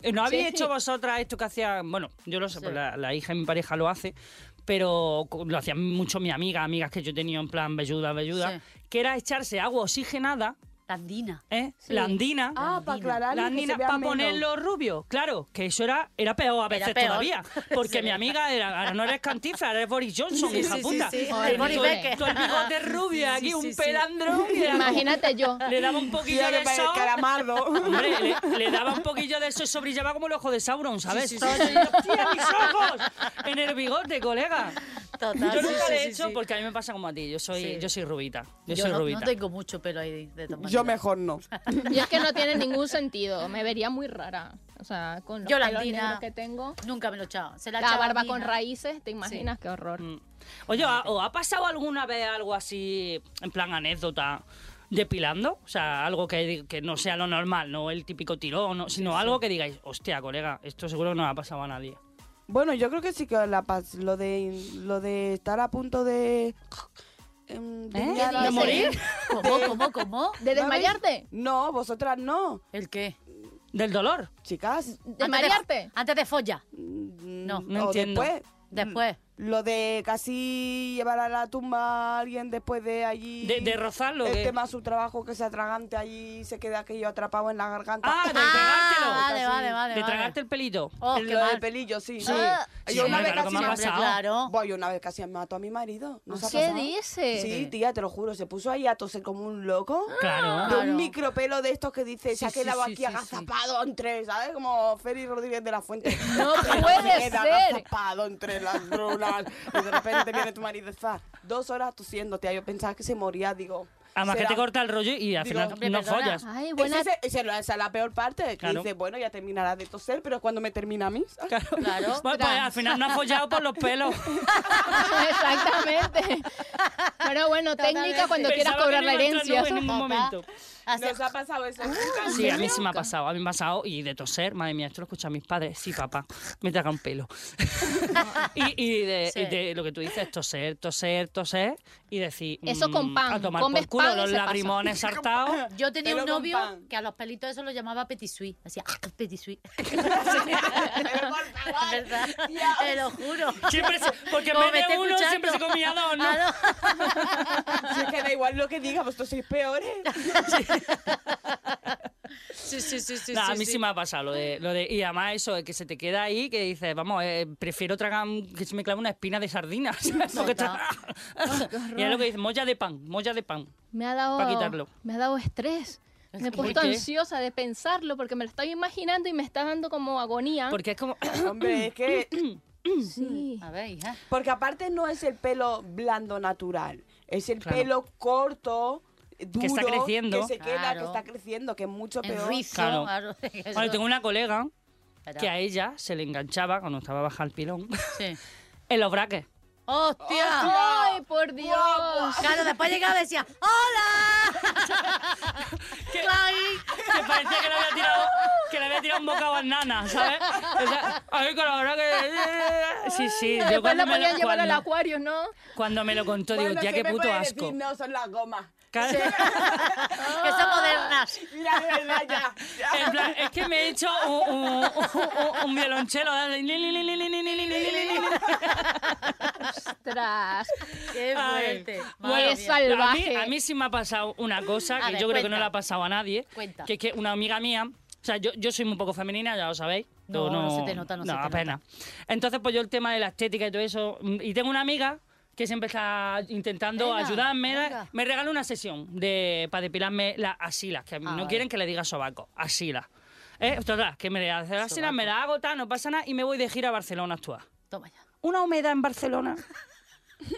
[SPEAKER 2] Eh, ¿No habéis
[SPEAKER 3] Sí.
[SPEAKER 2] hecho vosotras esto que hacía? Bueno, yo lo sé, pues la, la hija de mi pareja lo hace, pero co- lo hacían mucho mi amiga, amigas que yo tenía en plan velluda, velluda, que era echarse agua oxigenada,
[SPEAKER 5] Tandina.
[SPEAKER 2] ¿eh? La andina.
[SPEAKER 4] Ah, para aclarar.
[SPEAKER 2] La andina para ponerlo rubio, claro, que eso era, era peor a
[SPEAKER 5] Era
[SPEAKER 2] veces
[SPEAKER 5] peor.
[SPEAKER 2] todavía,
[SPEAKER 5] Sí.
[SPEAKER 2] porque mi amiga era, ahora no eres Cantinflas, eres Boris Johnson,
[SPEAKER 5] Sí,
[SPEAKER 2] hija
[SPEAKER 5] sí, sí,
[SPEAKER 2] puta.
[SPEAKER 5] sí.
[SPEAKER 2] Todo
[SPEAKER 3] El
[SPEAKER 2] el
[SPEAKER 3] Boris
[SPEAKER 2] bigote
[SPEAKER 3] Becker.
[SPEAKER 2] todo el bigote rubio, aquí
[SPEAKER 5] sí,
[SPEAKER 2] un
[SPEAKER 5] sí.
[SPEAKER 2] pelandro, y era como-
[SPEAKER 3] Imagínate yo.
[SPEAKER 2] le daba un poquillo
[SPEAKER 4] Tía, que
[SPEAKER 2] de
[SPEAKER 4] parece
[SPEAKER 2] sol,
[SPEAKER 4] calamardo.
[SPEAKER 2] Hombre, le, le daba un poquillo de eso y sobrillaba como el ojo de Sauron, ¿sabes?
[SPEAKER 5] Sí, sí,
[SPEAKER 2] Estaba
[SPEAKER 5] sí,
[SPEAKER 2] yo, ¡hostia, mis ojos! En el bigote, colega.
[SPEAKER 5] Total.
[SPEAKER 2] Yo
[SPEAKER 5] sí,
[SPEAKER 2] nunca
[SPEAKER 5] Ah, sí,
[SPEAKER 2] le he
[SPEAKER 5] sí,
[SPEAKER 2] hecho
[SPEAKER 5] sí.
[SPEAKER 2] porque a mí me pasa como a ti. Yo soy,
[SPEAKER 5] Sí.
[SPEAKER 2] yo soy rubita. Yo,
[SPEAKER 5] Yo
[SPEAKER 2] soy
[SPEAKER 5] no, no
[SPEAKER 2] rubita.
[SPEAKER 5] tengo mucho pelo ahí de, de todas
[SPEAKER 4] Yo
[SPEAKER 5] maneras.
[SPEAKER 4] mejor no.
[SPEAKER 3] Yo es que no tiene ningún sentido. Me vería muy rara. O sea, con los pelos
[SPEAKER 5] Yolandina.
[SPEAKER 3] negros que tengo.
[SPEAKER 5] Nunca me lo he echado. Se la,
[SPEAKER 3] La
[SPEAKER 5] echaba
[SPEAKER 3] barba
[SPEAKER 5] mi
[SPEAKER 3] con
[SPEAKER 5] hija.
[SPEAKER 3] raíces, ¿te imaginas? Qué horror.
[SPEAKER 2] Mm. Oye, ¿ha- ¿o ha pasado alguna vez algo así, en plan anécdota, depilando? O sea, algo que, que no sea lo normal, no el típico tirón, no- sino algo que digáis, hostia, colega, esto seguro que no le ha pasado a nadie.
[SPEAKER 4] Bueno, yo creo que sí que la paz, lo de lo de estar a punto de em, de
[SPEAKER 2] ¿Eh?
[SPEAKER 4] nada,
[SPEAKER 2] ¿De
[SPEAKER 4] de-
[SPEAKER 2] morir?
[SPEAKER 5] ¿Cómo, cómo, cómo?
[SPEAKER 3] ¿De
[SPEAKER 4] ¿no
[SPEAKER 3] desmayarte?
[SPEAKER 4] veis? No, vosotras no,
[SPEAKER 5] ¿El qué?
[SPEAKER 2] ¿Del dolor?
[SPEAKER 4] chicas.
[SPEAKER 3] ¿De
[SPEAKER 5] Antes de-
[SPEAKER 3] marearte?
[SPEAKER 5] Antes de follar.
[SPEAKER 4] No,
[SPEAKER 5] No.
[SPEAKER 2] No entiendo.
[SPEAKER 4] Después,
[SPEAKER 5] Después.
[SPEAKER 4] Lo de casi llevar a la tumba a alguien después de allí.
[SPEAKER 2] De- de rozarlo,
[SPEAKER 4] El
[SPEAKER 2] ¿qué?
[SPEAKER 4] tema de su trabajo, que se atragante allí y se queda aquello atrapado en la garganta.
[SPEAKER 2] Ah, de tragártelo.
[SPEAKER 5] Ah, vale, vale, vale.
[SPEAKER 2] de
[SPEAKER 5] vale.
[SPEAKER 2] tragarte el pelito.
[SPEAKER 5] Oh,
[SPEAKER 4] El-
[SPEAKER 5] qué
[SPEAKER 4] lo del
[SPEAKER 5] mal.
[SPEAKER 4] pelillo, sí.
[SPEAKER 5] Sí.
[SPEAKER 2] Sí,
[SPEAKER 4] Yo una vez
[SPEAKER 2] hombre, claro,
[SPEAKER 4] casi
[SPEAKER 2] me ha
[SPEAKER 4] me-
[SPEAKER 5] Hombre,
[SPEAKER 2] pasado.
[SPEAKER 5] claro.
[SPEAKER 4] Buah, yo una vez casi mató a mi marido. ¿No se ha
[SPEAKER 3] ¿Qué
[SPEAKER 4] pasado?
[SPEAKER 3] dices? Ah,
[SPEAKER 4] Sí, tía, te lo juro. Se puso ahí a toser como un loco.
[SPEAKER 2] Claro.
[SPEAKER 4] De
[SPEAKER 5] Claro.
[SPEAKER 4] un micropelo de estos que dice, se
[SPEAKER 2] Sí,
[SPEAKER 4] ha
[SPEAKER 2] sí,
[SPEAKER 4] quedado
[SPEAKER 2] sí,
[SPEAKER 4] aquí
[SPEAKER 2] sí, sí.
[SPEAKER 4] agazapado entre, ¿sabes? Como Félix Rodríguez de la Fuente.
[SPEAKER 3] No
[SPEAKER 4] Se
[SPEAKER 3] puede
[SPEAKER 4] queda
[SPEAKER 3] ser.
[SPEAKER 4] agazapado entre las brunas. Y de repente viene tu marido y está dos horas tosiendo, tía. Yo pensaba que se moría, digo.
[SPEAKER 2] Además que
[SPEAKER 4] será-
[SPEAKER 2] te corta el rollo y al
[SPEAKER 4] Digo,
[SPEAKER 2] final
[SPEAKER 5] hombre,
[SPEAKER 2] no
[SPEAKER 5] perdona.
[SPEAKER 2] follas.
[SPEAKER 3] Ay,
[SPEAKER 4] Ese-
[SPEAKER 3] buena.
[SPEAKER 4] ese- ese- esa es la peor parte, que
[SPEAKER 2] Claro.
[SPEAKER 4] dice, bueno, ya terminará de toser, pero cuando me termina a mí, ¿sabes?
[SPEAKER 5] Claro.
[SPEAKER 2] Bueno, pues al final no ha follado por los pelos.
[SPEAKER 3] Exactamente. Pero bueno, técnica
[SPEAKER 5] Totalmente.
[SPEAKER 3] cuando quieras
[SPEAKER 2] Pensaba
[SPEAKER 3] cobrar
[SPEAKER 2] que
[SPEAKER 3] la
[SPEAKER 2] no iba a
[SPEAKER 3] herencia.
[SPEAKER 2] entrar nunca en un
[SPEAKER 5] Papá,
[SPEAKER 2] momento.
[SPEAKER 5] hace-
[SPEAKER 4] Nos ha pasado eso. chicas.
[SPEAKER 2] Sí, a mí sí me ha pasado, a mí me ha pasado. Y de toser, madre mía, esto lo escuchan mis padres. Sí, papá, me traga un pelo. y y de,
[SPEAKER 5] Sí.
[SPEAKER 2] de lo que tú dices, toser, toser, toser. Y decir.
[SPEAKER 3] Eso con
[SPEAKER 2] mm,
[SPEAKER 3] pan.
[SPEAKER 2] A tomar
[SPEAKER 3] Comes
[SPEAKER 2] por culo
[SPEAKER 3] pan y
[SPEAKER 2] los
[SPEAKER 3] se pasa.
[SPEAKER 2] lagrimones saltados.
[SPEAKER 5] Yo tenía
[SPEAKER 4] Pelo
[SPEAKER 5] un
[SPEAKER 4] con
[SPEAKER 5] novio
[SPEAKER 4] pan.
[SPEAKER 5] que a los pelitos eso lo llamaba petit suisse. Hacía "Ah, petit suisse.
[SPEAKER 4] Pero por favor,
[SPEAKER 5] ¿Verdad?
[SPEAKER 4] tía,
[SPEAKER 5] Te lo juro.
[SPEAKER 2] Siempre se- porque en
[SPEAKER 5] Como
[SPEAKER 2] vez
[SPEAKER 5] me
[SPEAKER 2] de
[SPEAKER 5] esté
[SPEAKER 2] uno,
[SPEAKER 5] escuchando.
[SPEAKER 2] siempre se comía dos, ¿no?
[SPEAKER 5] Ah,
[SPEAKER 4] si es que da igual lo que diga, vosotros sois peores.
[SPEAKER 5] Sí, sí, sí, sí.
[SPEAKER 2] No, a
[SPEAKER 5] sí,
[SPEAKER 2] mí
[SPEAKER 5] sí.
[SPEAKER 2] sí me ha pasado lo de, lo de. Y además, eso, que se te queda ahí, que dices, vamos, eh, prefiero tragar. un- que se me clave una espina de sardinas. porque
[SPEAKER 5] Total.
[SPEAKER 2] y es lo que dices, molla de pan, molla de pan.
[SPEAKER 3] Me ha
[SPEAKER 2] Pa'
[SPEAKER 3] dado,
[SPEAKER 2] quitarlo.
[SPEAKER 3] me ha dado estrés. Me he
[SPEAKER 2] que-
[SPEAKER 3] puesto
[SPEAKER 2] ¿Por qué?
[SPEAKER 3] ansiosa de pensarlo porque me lo estoy imaginando y me está dando como agonía.
[SPEAKER 2] Porque es como.
[SPEAKER 4] Hombre, es que
[SPEAKER 3] Sí.
[SPEAKER 5] A ver, hija.
[SPEAKER 4] Porque aparte no es el pelo blando natural, es el
[SPEAKER 2] Claro.
[SPEAKER 4] pelo corto, duro,
[SPEAKER 2] está creciendo.
[SPEAKER 4] que se queda,
[SPEAKER 5] Claro.
[SPEAKER 4] que está creciendo, que es mucho
[SPEAKER 5] En
[SPEAKER 4] peor.
[SPEAKER 5] rizo.
[SPEAKER 2] Claro.
[SPEAKER 5] claro.
[SPEAKER 2] Bueno, tengo una colega
[SPEAKER 5] Espera.
[SPEAKER 2] que a ella se le enganchaba cuando estaba baja el pilón
[SPEAKER 5] Sí.
[SPEAKER 2] en los braques.
[SPEAKER 5] ¡Hostia!
[SPEAKER 3] ¡Ay, por Dios!
[SPEAKER 5] Claro, después llegaba y decía, ¡Hola! Clay.
[SPEAKER 2] Que parecía que le había tirado, que le había tirado un bocado a nana, ¿sabes? O sea, a mí con los braques. Sí, sí. Yo
[SPEAKER 3] Después
[SPEAKER 2] cuando
[SPEAKER 3] la
[SPEAKER 2] me,
[SPEAKER 3] podían
[SPEAKER 2] lo,
[SPEAKER 3] llevar al
[SPEAKER 2] cuando,
[SPEAKER 3] acuario, ¿no?
[SPEAKER 2] cuando me lo contó,
[SPEAKER 4] Bueno,
[SPEAKER 2] digo, tía,
[SPEAKER 4] ¿qué
[SPEAKER 2] qué
[SPEAKER 4] me
[SPEAKER 2] puto
[SPEAKER 4] puede
[SPEAKER 2] asco.
[SPEAKER 4] Decir? No, son las gomas.
[SPEAKER 2] Claro.
[SPEAKER 5] Que son modernas.
[SPEAKER 4] Mira, de verdad, ya. Pues ya.
[SPEAKER 2] En plan, es que me he hecho un, un, un- un violonchelo. dale, li, li, li, li, li, li, li, li, li, li, li.
[SPEAKER 3] Ostras.
[SPEAKER 5] ¡Qué
[SPEAKER 2] Ay,
[SPEAKER 5] fuerte!
[SPEAKER 2] bueno,
[SPEAKER 5] Madre
[SPEAKER 3] es
[SPEAKER 5] mía. Mm,
[SPEAKER 3] sal-
[SPEAKER 2] a mí,
[SPEAKER 3] Salvaje.
[SPEAKER 2] a mí sí me ha pasado una cosa
[SPEAKER 5] A
[SPEAKER 2] que
[SPEAKER 5] ver,
[SPEAKER 2] yo creo que no
[SPEAKER 5] cuenta.
[SPEAKER 2] le ha pasado a nadie.
[SPEAKER 5] Cuenta.
[SPEAKER 2] Que es que una amiga mía, o sea, yo, yo soy muy poco femenina, ya lo sabéis.
[SPEAKER 5] No,
[SPEAKER 2] Yo
[SPEAKER 5] no se te nota, no se te
[SPEAKER 2] apenas. Entonces, pues yo el tema de la estética y todo eso. mm, Y tengo una amiga que siempre está intentando
[SPEAKER 5] Venga,
[SPEAKER 2] ayudarme.
[SPEAKER 5] venga.
[SPEAKER 2] Me regaló una sesión de, para depilarme las asilas, que a mí
[SPEAKER 5] Ah,
[SPEAKER 2] no
[SPEAKER 5] vale.
[SPEAKER 2] quieren que le diga sobaco, asilas. Eh, total, que me hace las asilas,
[SPEAKER 5] Sobaco.
[SPEAKER 2] me la hago, tal, no pasa nada, y me voy de gira a Barcelona a actuar
[SPEAKER 5] Toma ya.
[SPEAKER 2] una humedad en Barcelona.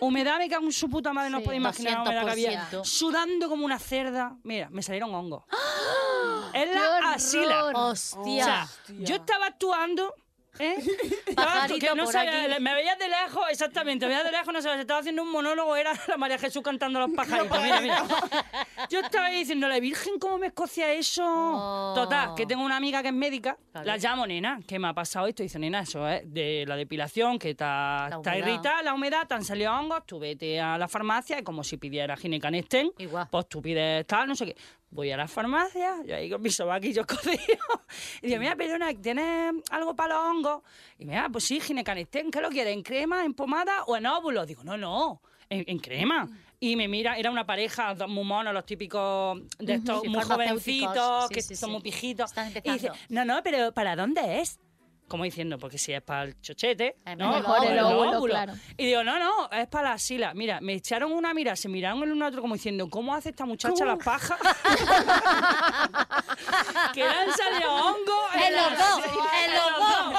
[SPEAKER 2] Humedad me cago en su puta madre, no os
[SPEAKER 3] Sí,
[SPEAKER 2] podéis imaginar la humedad que había.
[SPEAKER 5] 200%.
[SPEAKER 2] Sudando como una cerda. Mira, me salieron hongos. Es
[SPEAKER 3] ¡Qué horror!
[SPEAKER 2] ah, la asila. O
[SPEAKER 5] ¡Hostia!
[SPEAKER 2] sea,
[SPEAKER 4] Hostia.
[SPEAKER 2] yo estaba actuando. ¿eh? Estaba-
[SPEAKER 5] Pajarito
[SPEAKER 2] que no
[SPEAKER 5] por
[SPEAKER 2] sabía-
[SPEAKER 5] aquí.
[SPEAKER 2] me veía de lejos, exactamente, me veía de lejos, no sabía, estaba haciendo un monólogo, era la María Jesús cantando los pajaritos, mira, mira. Yo estaba ahí diciéndole, Virgen, ¿cómo me escocia eso?
[SPEAKER 5] Oh.
[SPEAKER 2] Total, que tengo una amiga que es médica,
[SPEAKER 5] Claro.
[SPEAKER 2] la llamo, nena, que me ha pasado esto, dice, nena, eso es de la depilación, que está,
[SPEAKER 5] La
[SPEAKER 2] está
[SPEAKER 5] humedad.
[SPEAKER 2] irritada, la humedad, te han salido hongos, tú vete a la farmacia, y como si pidiera ginecanestén,
[SPEAKER 5] Igual.
[SPEAKER 2] pues tú pides tal, no sé qué. Voy a la farmacia, yo ahí con mis sobaquillos cocidos, y digo, mira, perdona, ¿tienes algo para los hongos? Y mira, pues sí, ginecanestén, ¿qué lo quieres? ¿En crema, en pomada o en óvulos? Digo, no, no, en, en crema. Y me mira, era una pareja, dos muy monos, los típicos de estos
[SPEAKER 5] Sí,
[SPEAKER 2] muy
[SPEAKER 5] farmacéuticos.
[SPEAKER 2] jovencitos,
[SPEAKER 5] Sí,
[SPEAKER 2] que
[SPEAKER 5] sí,
[SPEAKER 2] son
[SPEAKER 5] sí.
[SPEAKER 2] muy pijitos.
[SPEAKER 5] Están
[SPEAKER 2] y dice,
[SPEAKER 5] empezando.
[SPEAKER 2] no, no, pero ¿para dónde es? Como diciendo, porque si es para el chochete,
[SPEAKER 5] Es
[SPEAKER 2] ¿no?
[SPEAKER 5] mejor el
[SPEAKER 2] Para
[SPEAKER 3] óvulo, claro.
[SPEAKER 2] Y digo, no, no, es para la sila. Mira, me echaron una mira, se miraron el uno al otro como diciendo, ¿cómo hace esta muchacha las pajas? que le han salido hongos
[SPEAKER 5] En los
[SPEAKER 2] la
[SPEAKER 5] dos,
[SPEAKER 2] axila,
[SPEAKER 5] en los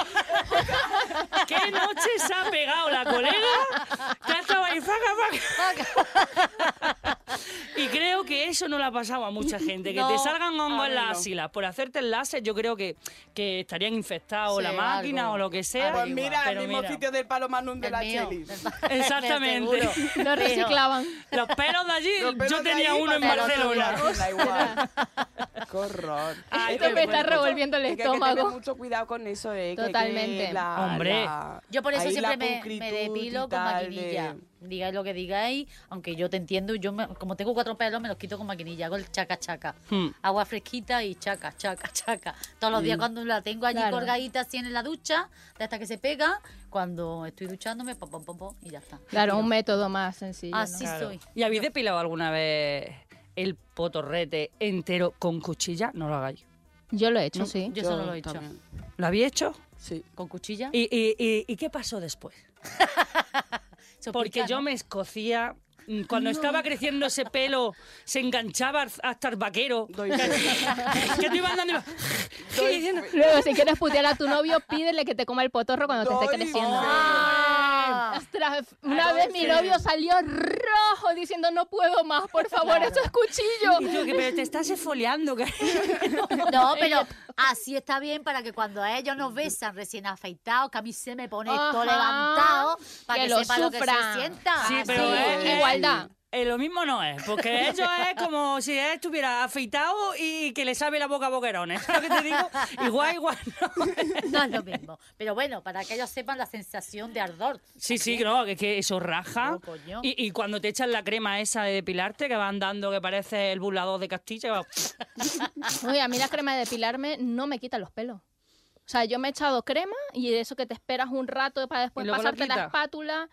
[SPEAKER 5] dos.
[SPEAKER 2] ¿Qué noche se ha pegado la colega? Que ha estado ahí, faca, faca. Y creo que eso no le ha pasado a mucha gente. Que
[SPEAKER 5] No,
[SPEAKER 2] te salgan hongos en
[SPEAKER 4] mí
[SPEAKER 2] las
[SPEAKER 4] no.
[SPEAKER 2] asilas. Por hacerte el láser, yo creo que, que estarían infectados
[SPEAKER 5] Sí,
[SPEAKER 2] la máquina
[SPEAKER 5] algo.
[SPEAKER 2] o lo que sea.
[SPEAKER 5] Pues
[SPEAKER 4] Pues mira,
[SPEAKER 2] Pero
[SPEAKER 4] el mismo
[SPEAKER 2] mira,
[SPEAKER 4] sitio del Palomanum de
[SPEAKER 5] Del
[SPEAKER 4] la
[SPEAKER 5] mío,
[SPEAKER 4] Chelis.
[SPEAKER 5] del pa-
[SPEAKER 2] Exactamente.
[SPEAKER 5] seguro.
[SPEAKER 3] Lo
[SPEAKER 5] Fijo.
[SPEAKER 3] reciclaban.
[SPEAKER 2] Los pelos de allí,
[SPEAKER 4] Los pelos
[SPEAKER 2] yo
[SPEAKER 4] de
[SPEAKER 2] tenía
[SPEAKER 4] ahí
[SPEAKER 2] uno en
[SPEAKER 4] para el otro
[SPEAKER 2] Barcelona.
[SPEAKER 4] lado, da igual. Qué horror.
[SPEAKER 2] Ay,
[SPEAKER 4] Hay
[SPEAKER 2] esto
[SPEAKER 4] que
[SPEAKER 2] me
[SPEAKER 3] está
[SPEAKER 4] tener mucho-
[SPEAKER 3] revolviendo el
[SPEAKER 4] hay que
[SPEAKER 3] estómago.
[SPEAKER 4] tener mucho cuidado con eso, eh. que hay que
[SPEAKER 3] Totalmente.
[SPEAKER 4] la-
[SPEAKER 2] Hombre.
[SPEAKER 4] la-
[SPEAKER 5] Yo por eso
[SPEAKER 4] ahí la
[SPEAKER 5] siempre me, me
[SPEAKER 4] pulcritud
[SPEAKER 5] depilo
[SPEAKER 4] y
[SPEAKER 5] con
[SPEAKER 4] tal de-
[SPEAKER 5] maquinilla. Digáis lo que digáis, aunque yo te entiendo, yo me- como tengo cuatro pelos me los quito con maquinilla, hago el chaca chaca.
[SPEAKER 2] Hmm.
[SPEAKER 5] Agua fresquita y chaca, chaca, chaca. Todos los días cuando la tengo allí
[SPEAKER 3] Claro.
[SPEAKER 5] colgadita así en la ducha, de hasta que se pega, cuando estoy duchándome, pom, pom, pom, pom, y ya está.
[SPEAKER 3] Claro, un método más sencillo.
[SPEAKER 2] Ah,
[SPEAKER 3] ¿no?
[SPEAKER 5] Así soy.
[SPEAKER 2] ¿Y habéis depilado alguna vez el potorrete entero con cuchilla? No lo hagáis.
[SPEAKER 3] Yo lo he hecho, sí.
[SPEAKER 5] Yo solo lo he hecho.
[SPEAKER 4] también.
[SPEAKER 2] ¿Lo habéis hecho?
[SPEAKER 4] Sí.
[SPEAKER 5] ¿Con cuchilla?
[SPEAKER 2] ¿Y, y- y- y qué pasó después?
[SPEAKER 5] Eso
[SPEAKER 2] Porque
[SPEAKER 5] pica,
[SPEAKER 2] yo
[SPEAKER 5] ¿no?
[SPEAKER 2] me escocía. mm, Cuando estaba creciendo ese pelo, se enganchaba hasta el vaquero.
[SPEAKER 4] Doy
[SPEAKER 2] que tú ibas andando y ibas-
[SPEAKER 4] Doy
[SPEAKER 2] diciendo,
[SPEAKER 4] fe.
[SPEAKER 3] Luego, si quieres putear a tu novio, pídele que te coma el potorro cuando te esté
[SPEAKER 4] Doy
[SPEAKER 3] creciendo.
[SPEAKER 4] fe.
[SPEAKER 5] ¡Ah!
[SPEAKER 3] Ostras, una vez mi
[SPEAKER 4] sí.
[SPEAKER 3] novio salió rojo diciendo no puedo más, por favor, eso es
[SPEAKER 2] Y
[SPEAKER 3] cuchillo.
[SPEAKER 2] tú, que, pero te estás esfoliando. que-
[SPEAKER 5] No, pero así está bien para que cuando a ellos nos besan recién afeitados, que a mí se me pone esto
[SPEAKER 3] Ajá.
[SPEAKER 5] levantado, para
[SPEAKER 3] Que
[SPEAKER 5] que,
[SPEAKER 3] lo
[SPEAKER 5] sepa lo que
[SPEAKER 3] sufran.
[SPEAKER 5] se sienta.
[SPEAKER 2] Sí,
[SPEAKER 5] Ah,
[SPEAKER 2] pero
[SPEAKER 5] sí.
[SPEAKER 2] es- es-
[SPEAKER 3] igualdad.
[SPEAKER 2] Eh, lo mismo no es, porque ellos es como si él estuviera afeitado y que le sabe la boca a boquerones. ¿Sabes lo que te digo? Igual, igual. no es.
[SPEAKER 5] No es lo mismo. Pero bueno, para que ellos sepan la sensación de ardor.
[SPEAKER 2] Sí, sí, no, que, que eso raja.
[SPEAKER 5] Oh, coño.
[SPEAKER 2] y, y cuando te echan la crema esa de depilarte, que van dando que parece el burlador de Castilla, que va-
[SPEAKER 3] Uy, a mí la crema de depilarme no me quita los pelos. O sea, yo me he echado crema y eso que te esperas un rato para después
[SPEAKER 2] Y luego lo
[SPEAKER 3] pasarte la
[SPEAKER 2] quita.
[SPEAKER 3] espátula.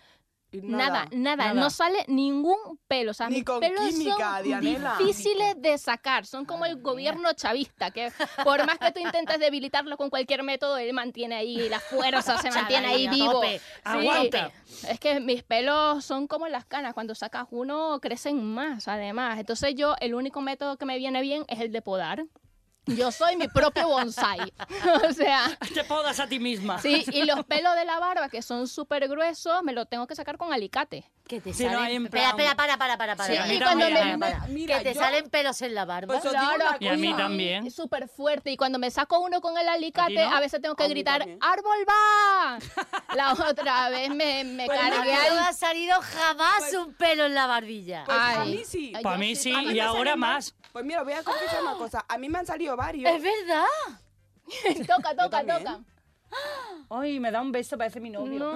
[SPEAKER 4] Y
[SPEAKER 3] Nada, nada,
[SPEAKER 2] nada.
[SPEAKER 3] no sale ningún pelo. O sea,
[SPEAKER 4] Ni
[SPEAKER 3] mis
[SPEAKER 4] con
[SPEAKER 3] pelos
[SPEAKER 4] química,
[SPEAKER 3] son
[SPEAKER 4] Dianela.
[SPEAKER 3] difíciles de sacar. Son como el gobierno chavista, que por más que tú intentes debilitarlo con cualquier método, él mantiene ahí la fuerza, se mantiene ahí
[SPEAKER 5] a
[SPEAKER 3] vivo.
[SPEAKER 5] tope.
[SPEAKER 2] Aguanta.
[SPEAKER 3] Es que mis pelos son como las canas. Cuando sacas uno, crecen más, además. Entonces yo, el único método que me viene bien es el de podar. Yo soy mi propio bonsai. o sea...
[SPEAKER 2] te podas a ti misma.
[SPEAKER 3] Sí, y los pelos de la barba, que son súper gruesos, me los tengo que sacar con alicate.
[SPEAKER 5] Que te
[SPEAKER 2] Sí, no,
[SPEAKER 5] salen...
[SPEAKER 2] hay en
[SPEAKER 5] Espera,
[SPEAKER 2] plan-
[SPEAKER 5] espera, para, para, para. para,
[SPEAKER 3] Sí,
[SPEAKER 5] para,
[SPEAKER 3] y
[SPEAKER 5] para,
[SPEAKER 3] cuando
[SPEAKER 5] para,
[SPEAKER 3] me-
[SPEAKER 5] para, para.
[SPEAKER 4] mira,
[SPEAKER 5] que te
[SPEAKER 4] yo-
[SPEAKER 5] salen pelos en la barba.
[SPEAKER 4] Pues os digo una
[SPEAKER 3] Claro,
[SPEAKER 2] Y a mí
[SPEAKER 4] cosa.
[SPEAKER 2] también.
[SPEAKER 3] es Súper fuerte. Y cuando me saco uno con el alicate,
[SPEAKER 2] ¿A ti no?
[SPEAKER 3] a veces tengo que
[SPEAKER 4] A mí
[SPEAKER 3] gritar,
[SPEAKER 4] también.
[SPEAKER 3] ¡Árbol va! La otra vez me, me
[SPEAKER 4] Pues
[SPEAKER 5] A mí
[SPEAKER 3] cargué
[SPEAKER 5] no me
[SPEAKER 3] al...
[SPEAKER 5] ha salido jamás un pelo en la barbilla.
[SPEAKER 4] Pues a mí sí.
[SPEAKER 3] Pues Ay,
[SPEAKER 2] Para
[SPEAKER 3] yo
[SPEAKER 2] mí
[SPEAKER 3] sí,
[SPEAKER 2] sí,
[SPEAKER 3] a mí
[SPEAKER 2] y
[SPEAKER 3] me
[SPEAKER 2] ahora
[SPEAKER 3] salen
[SPEAKER 2] más.
[SPEAKER 4] Pues mira, voy a confesar una cosa. A mí me han salido varios.
[SPEAKER 5] Es verdad.
[SPEAKER 3] toca, toca,
[SPEAKER 4] también.
[SPEAKER 3] toca.
[SPEAKER 2] Ay, me da un beso, parece mi novio.
[SPEAKER 3] No.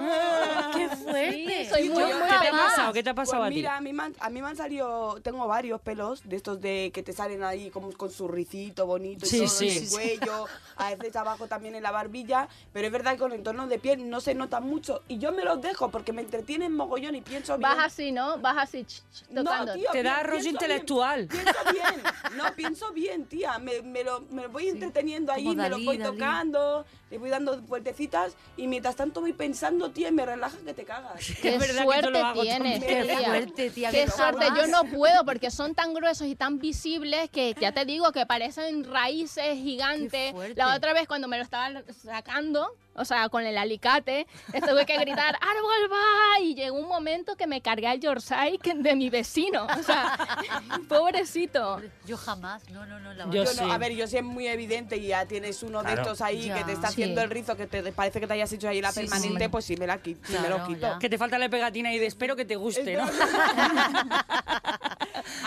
[SPEAKER 5] Qué fuerte.
[SPEAKER 3] soy muy,
[SPEAKER 2] ¿Qué
[SPEAKER 3] muy
[SPEAKER 2] te ha
[SPEAKER 3] además.
[SPEAKER 2] pasado? ¿Qué te ha pasado
[SPEAKER 4] Pues
[SPEAKER 2] a ti?
[SPEAKER 4] mira, a mí, me han, a mí me han salido, tengo varios pelos de estos de que te salen ahí como con su ricito bonito y
[SPEAKER 2] Sí,
[SPEAKER 4] todo
[SPEAKER 2] sí,
[SPEAKER 4] en el
[SPEAKER 2] sí.
[SPEAKER 4] cuello, a veces abajo también en la barbilla, pero es verdad que con el tono de piel no se nota mucho y yo me los dejo porque me entretienen mogollón y pienso bien.
[SPEAKER 3] Vas así, ¿no? Vas así, ch, ch, tocando.
[SPEAKER 4] No, tío,
[SPEAKER 2] Te da
[SPEAKER 4] pi-
[SPEAKER 2] rollo
[SPEAKER 4] pienso
[SPEAKER 2] intelectual.
[SPEAKER 4] bien, pienso bien, no, pienso bien, tía. Me, me lo, me lo voy entreteniendo ahí,
[SPEAKER 5] Como
[SPEAKER 4] me
[SPEAKER 5] Dalí,
[SPEAKER 4] lo voy
[SPEAKER 5] Dalí.
[SPEAKER 4] tocando, le voy dando vueltecitas y mientras tanto voy pensando, tía, y me relaja que te cagas.
[SPEAKER 3] Qué
[SPEAKER 2] Es verdad que yo
[SPEAKER 3] suerte este
[SPEAKER 2] lo hago
[SPEAKER 3] tienes,
[SPEAKER 4] también.
[SPEAKER 3] tía.
[SPEAKER 5] Qué fuerte, tía.
[SPEAKER 3] Qué
[SPEAKER 5] que
[SPEAKER 3] suerte,
[SPEAKER 5] jamás.
[SPEAKER 3] yo no puedo porque son tan gruesos y tan visibles que ya te digo que parecen raíces gigantes.
[SPEAKER 5] Qué fuerte.
[SPEAKER 3] La otra vez cuando me lo estaban sacando, o sea, con el alicate, tuve que gritar árbol va y llegó un momento que me cargué al Yorkshire que- de mi vecino, o sea, pobrecito.
[SPEAKER 5] Yo jamás. No, no, no. La
[SPEAKER 2] Yo
[SPEAKER 5] barbilla.
[SPEAKER 4] Yo no,
[SPEAKER 2] sí.
[SPEAKER 4] a ver, yo sí es muy evidente y ya tienes uno
[SPEAKER 2] Claro.
[SPEAKER 4] de estos ahí
[SPEAKER 5] Ya,
[SPEAKER 4] que te está haciendo
[SPEAKER 3] sí.
[SPEAKER 4] el rizo, que te parece que te hayas hecho ahí la
[SPEAKER 5] Sí,
[SPEAKER 4] permanente,
[SPEAKER 5] sí.
[SPEAKER 4] pues sí me la quito, sí me lo
[SPEAKER 5] Claro,
[SPEAKER 4] quito.
[SPEAKER 5] ya.
[SPEAKER 2] Que te falta la pegatina y de espero que te guste, ¿no?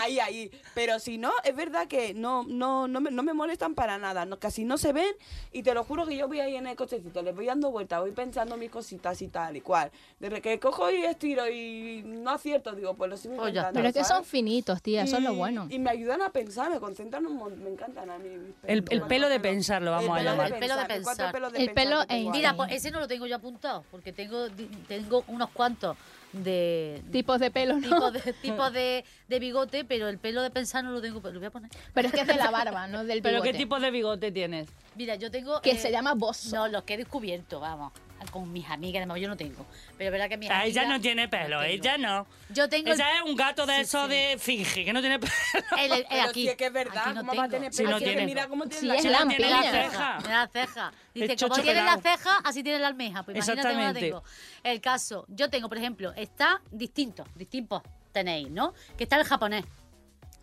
[SPEAKER 4] Ahí, ahí. Pero si no, es verdad que no, no, no, me, no me molestan para nada. No, casi no se ven y te lo juro que yo voy ahí en el cochecito, les voy dando vueltas, voy pensando mis cositas y tal y cual. Desde que cojo y estiro y no acierto, digo, pues lo sigo
[SPEAKER 5] Pues ya está.
[SPEAKER 4] intentando.
[SPEAKER 3] Pero es que son
[SPEAKER 4] ¿sabes?
[SPEAKER 3] finitos, tía, eso es lo
[SPEAKER 4] Y-
[SPEAKER 3] bueno.
[SPEAKER 4] Y me ayudan a pensar, me concentran un montón, me encantan a mí. mis pelos.
[SPEAKER 2] El- el
[SPEAKER 4] Cuatro
[SPEAKER 2] pelo de
[SPEAKER 4] pelos.
[SPEAKER 2] pensar lo vamos a llamar.
[SPEAKER 5] El pelo de
[SPEAKER 4] pensar, cuatro
[SPEAKER 5] pensar.
[SPEAKER 4] pelos de
[SPEAKER 3] El
[SPEAKER 4] pensar
[SPEAKER 3] pelo
[SPEAKER 4] que tengo
[SPEAKER 3] en-
[SPEAKER 4] ahí.
[SPEAKER 5] Mira, pues ese no lo tengo yo apuntado, porque tengo, di- tengo unos cuantos de
[SPEAKER 3] Tipos de pelo, ¿no?
[SPEAKER 5] tipo de, tipo de, de bigote, pero el pelo de pensar no lo tengo, pero lo voy a poner.
[SPEAKER 3] Pero es que es de la barba, no del
[SPEAKER 2] ¿Pero
[SPEAKER 3] bigote.
[SPEAKER 2] qué tipo de bigote tienes?
[SPEAKER 5] Mira, yo tengo...
[SPEAKER 3] Que
[SPEAKER 5] eh,
[SPEAKER 3] se llama bozo.
[SPEAKER 5] No, los que he descubierto, vamos, con mis amigas, además yo no tengo, pero es verdad que mis
[SPEAKER 2] Ah,
[SPEAKER 5] amigas...
[SPEAKER 2] ella no tiene pelo,
[SPEAKER 5] no tengo.
[SPEAKER 2] ella no.
[SPEAKER 5] Yo tengo el-
[SPEAKER 2] Ella es un gato de
[SPEAKER 5] Sí,
[SPEAKER 2] esos
[SPEAKER 5] sí.
[SPEAKER 2] de finge, que no tiene pelo.
[SPEAKER 5] el- el-
[SPEAKER 3] eh,
[SPEAKER 4] Pero
[SPEAKER 5] aquí,
[SPEAKER 4] sí es que es verdad,
[SPEAKER 5] aquí no
[SPEAKER 4] ¿cómo va a
[SPEAKER 5] tengo.
[SPEAKER 4] tener
[SPEAKER 2] Si
[SPEAKER 4] pelo?
[SPEAKER 2] no
[SPEAKER 4] Aquí es que
[SPEAKER 2] tiene.
[SPEAKER 4] Mira cómo tiene
[SPEAKER 3] Sí,
[SPEAKER 4] la
[SPEAKER 3] es
[SPEAKER 2] Si
[SPEAKER 4] cara.
[SPEAKER 2] no tiene la
[SPEAKER 3] lampiña.
[SPEAKER 2] ceja.
[SPEAKER 5] Me da ceja. Dice,
[SPEAKER 2] Es
[SPEAKER 5] como
[SPEAKER 2] chocho
[SPEAKER 5] tiene la
[SPEAKER 2] pelao.
[SPEAKER 5] ceja, así tiene la almeja. Pues imagínate cómo la
[SPEAKER 2] Exactamente.
[SPEAKER 5] tengo. El caso, yo tengo, por ejemplo, está distinto, distintos tenéis, ¿no? Que está el japonés,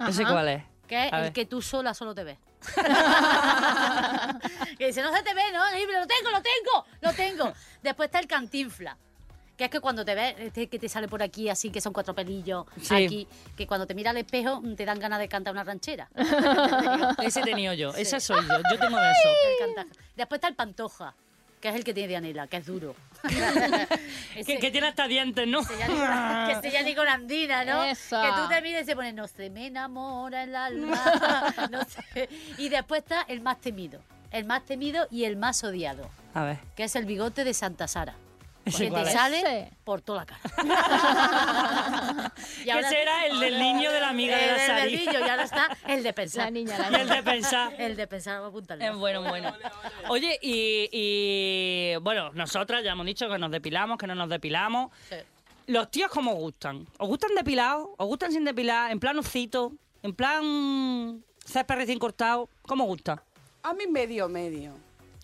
[SPEAKER 2] ¿Ese
[SPEAKER 3] Ajá.
[SPEAKER 2] cuál es?
[SPEAKER 5] que es
[SPEAKER 2] A
[SPEAKER 5] el
[SPEAKER 2] ver.
[SPEAKER 5] que tú sola solo te ves. que dice, no se te ve, ¿no? Y, pero lo tengo, lo tengo, lo tengo. Después está el cantinfla. que es que cuando te ves, este que te sale por aquí así, que son cuatro pelillos,
[SPEAKER 2] Sí.
[SPEAKER 5] aquí, que cuando te mira al espejo mm, te dan ganas de cantar una ranchera.
[SPEAKER 2] Ese he tenido yo,
[SPEAKER 5] Sí.
[SPEAKER 2] esa soy yo, yo tengo eso.
[SPEAKER 5] El canta- Después está el pantoja, que es el que tiene Dianela, que es duro. Ese-
[SPEAKER 2] Que, que tiene hasta dientes, ¿no?
[SPEAKER 5] que se llama- que se llama con andina, ¿no?
[SPEAKER 3] Eso.
[SPEAKER 5] Que tú te mires y se pone, no se me enamora el alma. no sé. Y después está el más temido. El más temido y el más odiado,
[SPEAKER 2] A ver.
[SPEAKER 5] que es el bigote de Santa Sara.
[SPEAKER 2] ¿Ese
[SPEAKER 5] Que
[SPEAKER 2] cuál
[SPEAKER 5] te
[SPEAKER 2] es?
[SPEAKER 5] sale
[SPEAKER 3] Ese.
[SPEAKER 5] por toda la cara.
[SPEAKER 2] Que ese era el del niño de la amiga de
[SPEAKER 5] El
[SPEAKER 2] la
[SPEAKER 5] del
[SPEAKER 2] Sari.
[SPEAKER 5] niño, y ahora está el de pensar.
[SPEAKER 3] La niña, la
[SPEAKER 2] Y el de
[SPEAKER 3] niña.
[SPEAKER 2] pensar.
[SPEAKER 5] El de pensar, apúntale.
[SPEAKER 2] Es Eh, bueno, bueno. Oye, y, y, bueno, nosotras ya hemos dicho que nos depilamos, que no nos depilamos.
[SPEAKER 5] Sí.
[SPEAKER 2] ¿Los tíos cómo gustan? ¿Os gustan depilados? ¿Os gustan sin depilar? ¿En plan hocico? ¿En plan césped recién cortado? ¿Cómo gusta?
[SPEAKER 4] A mí medio, medio.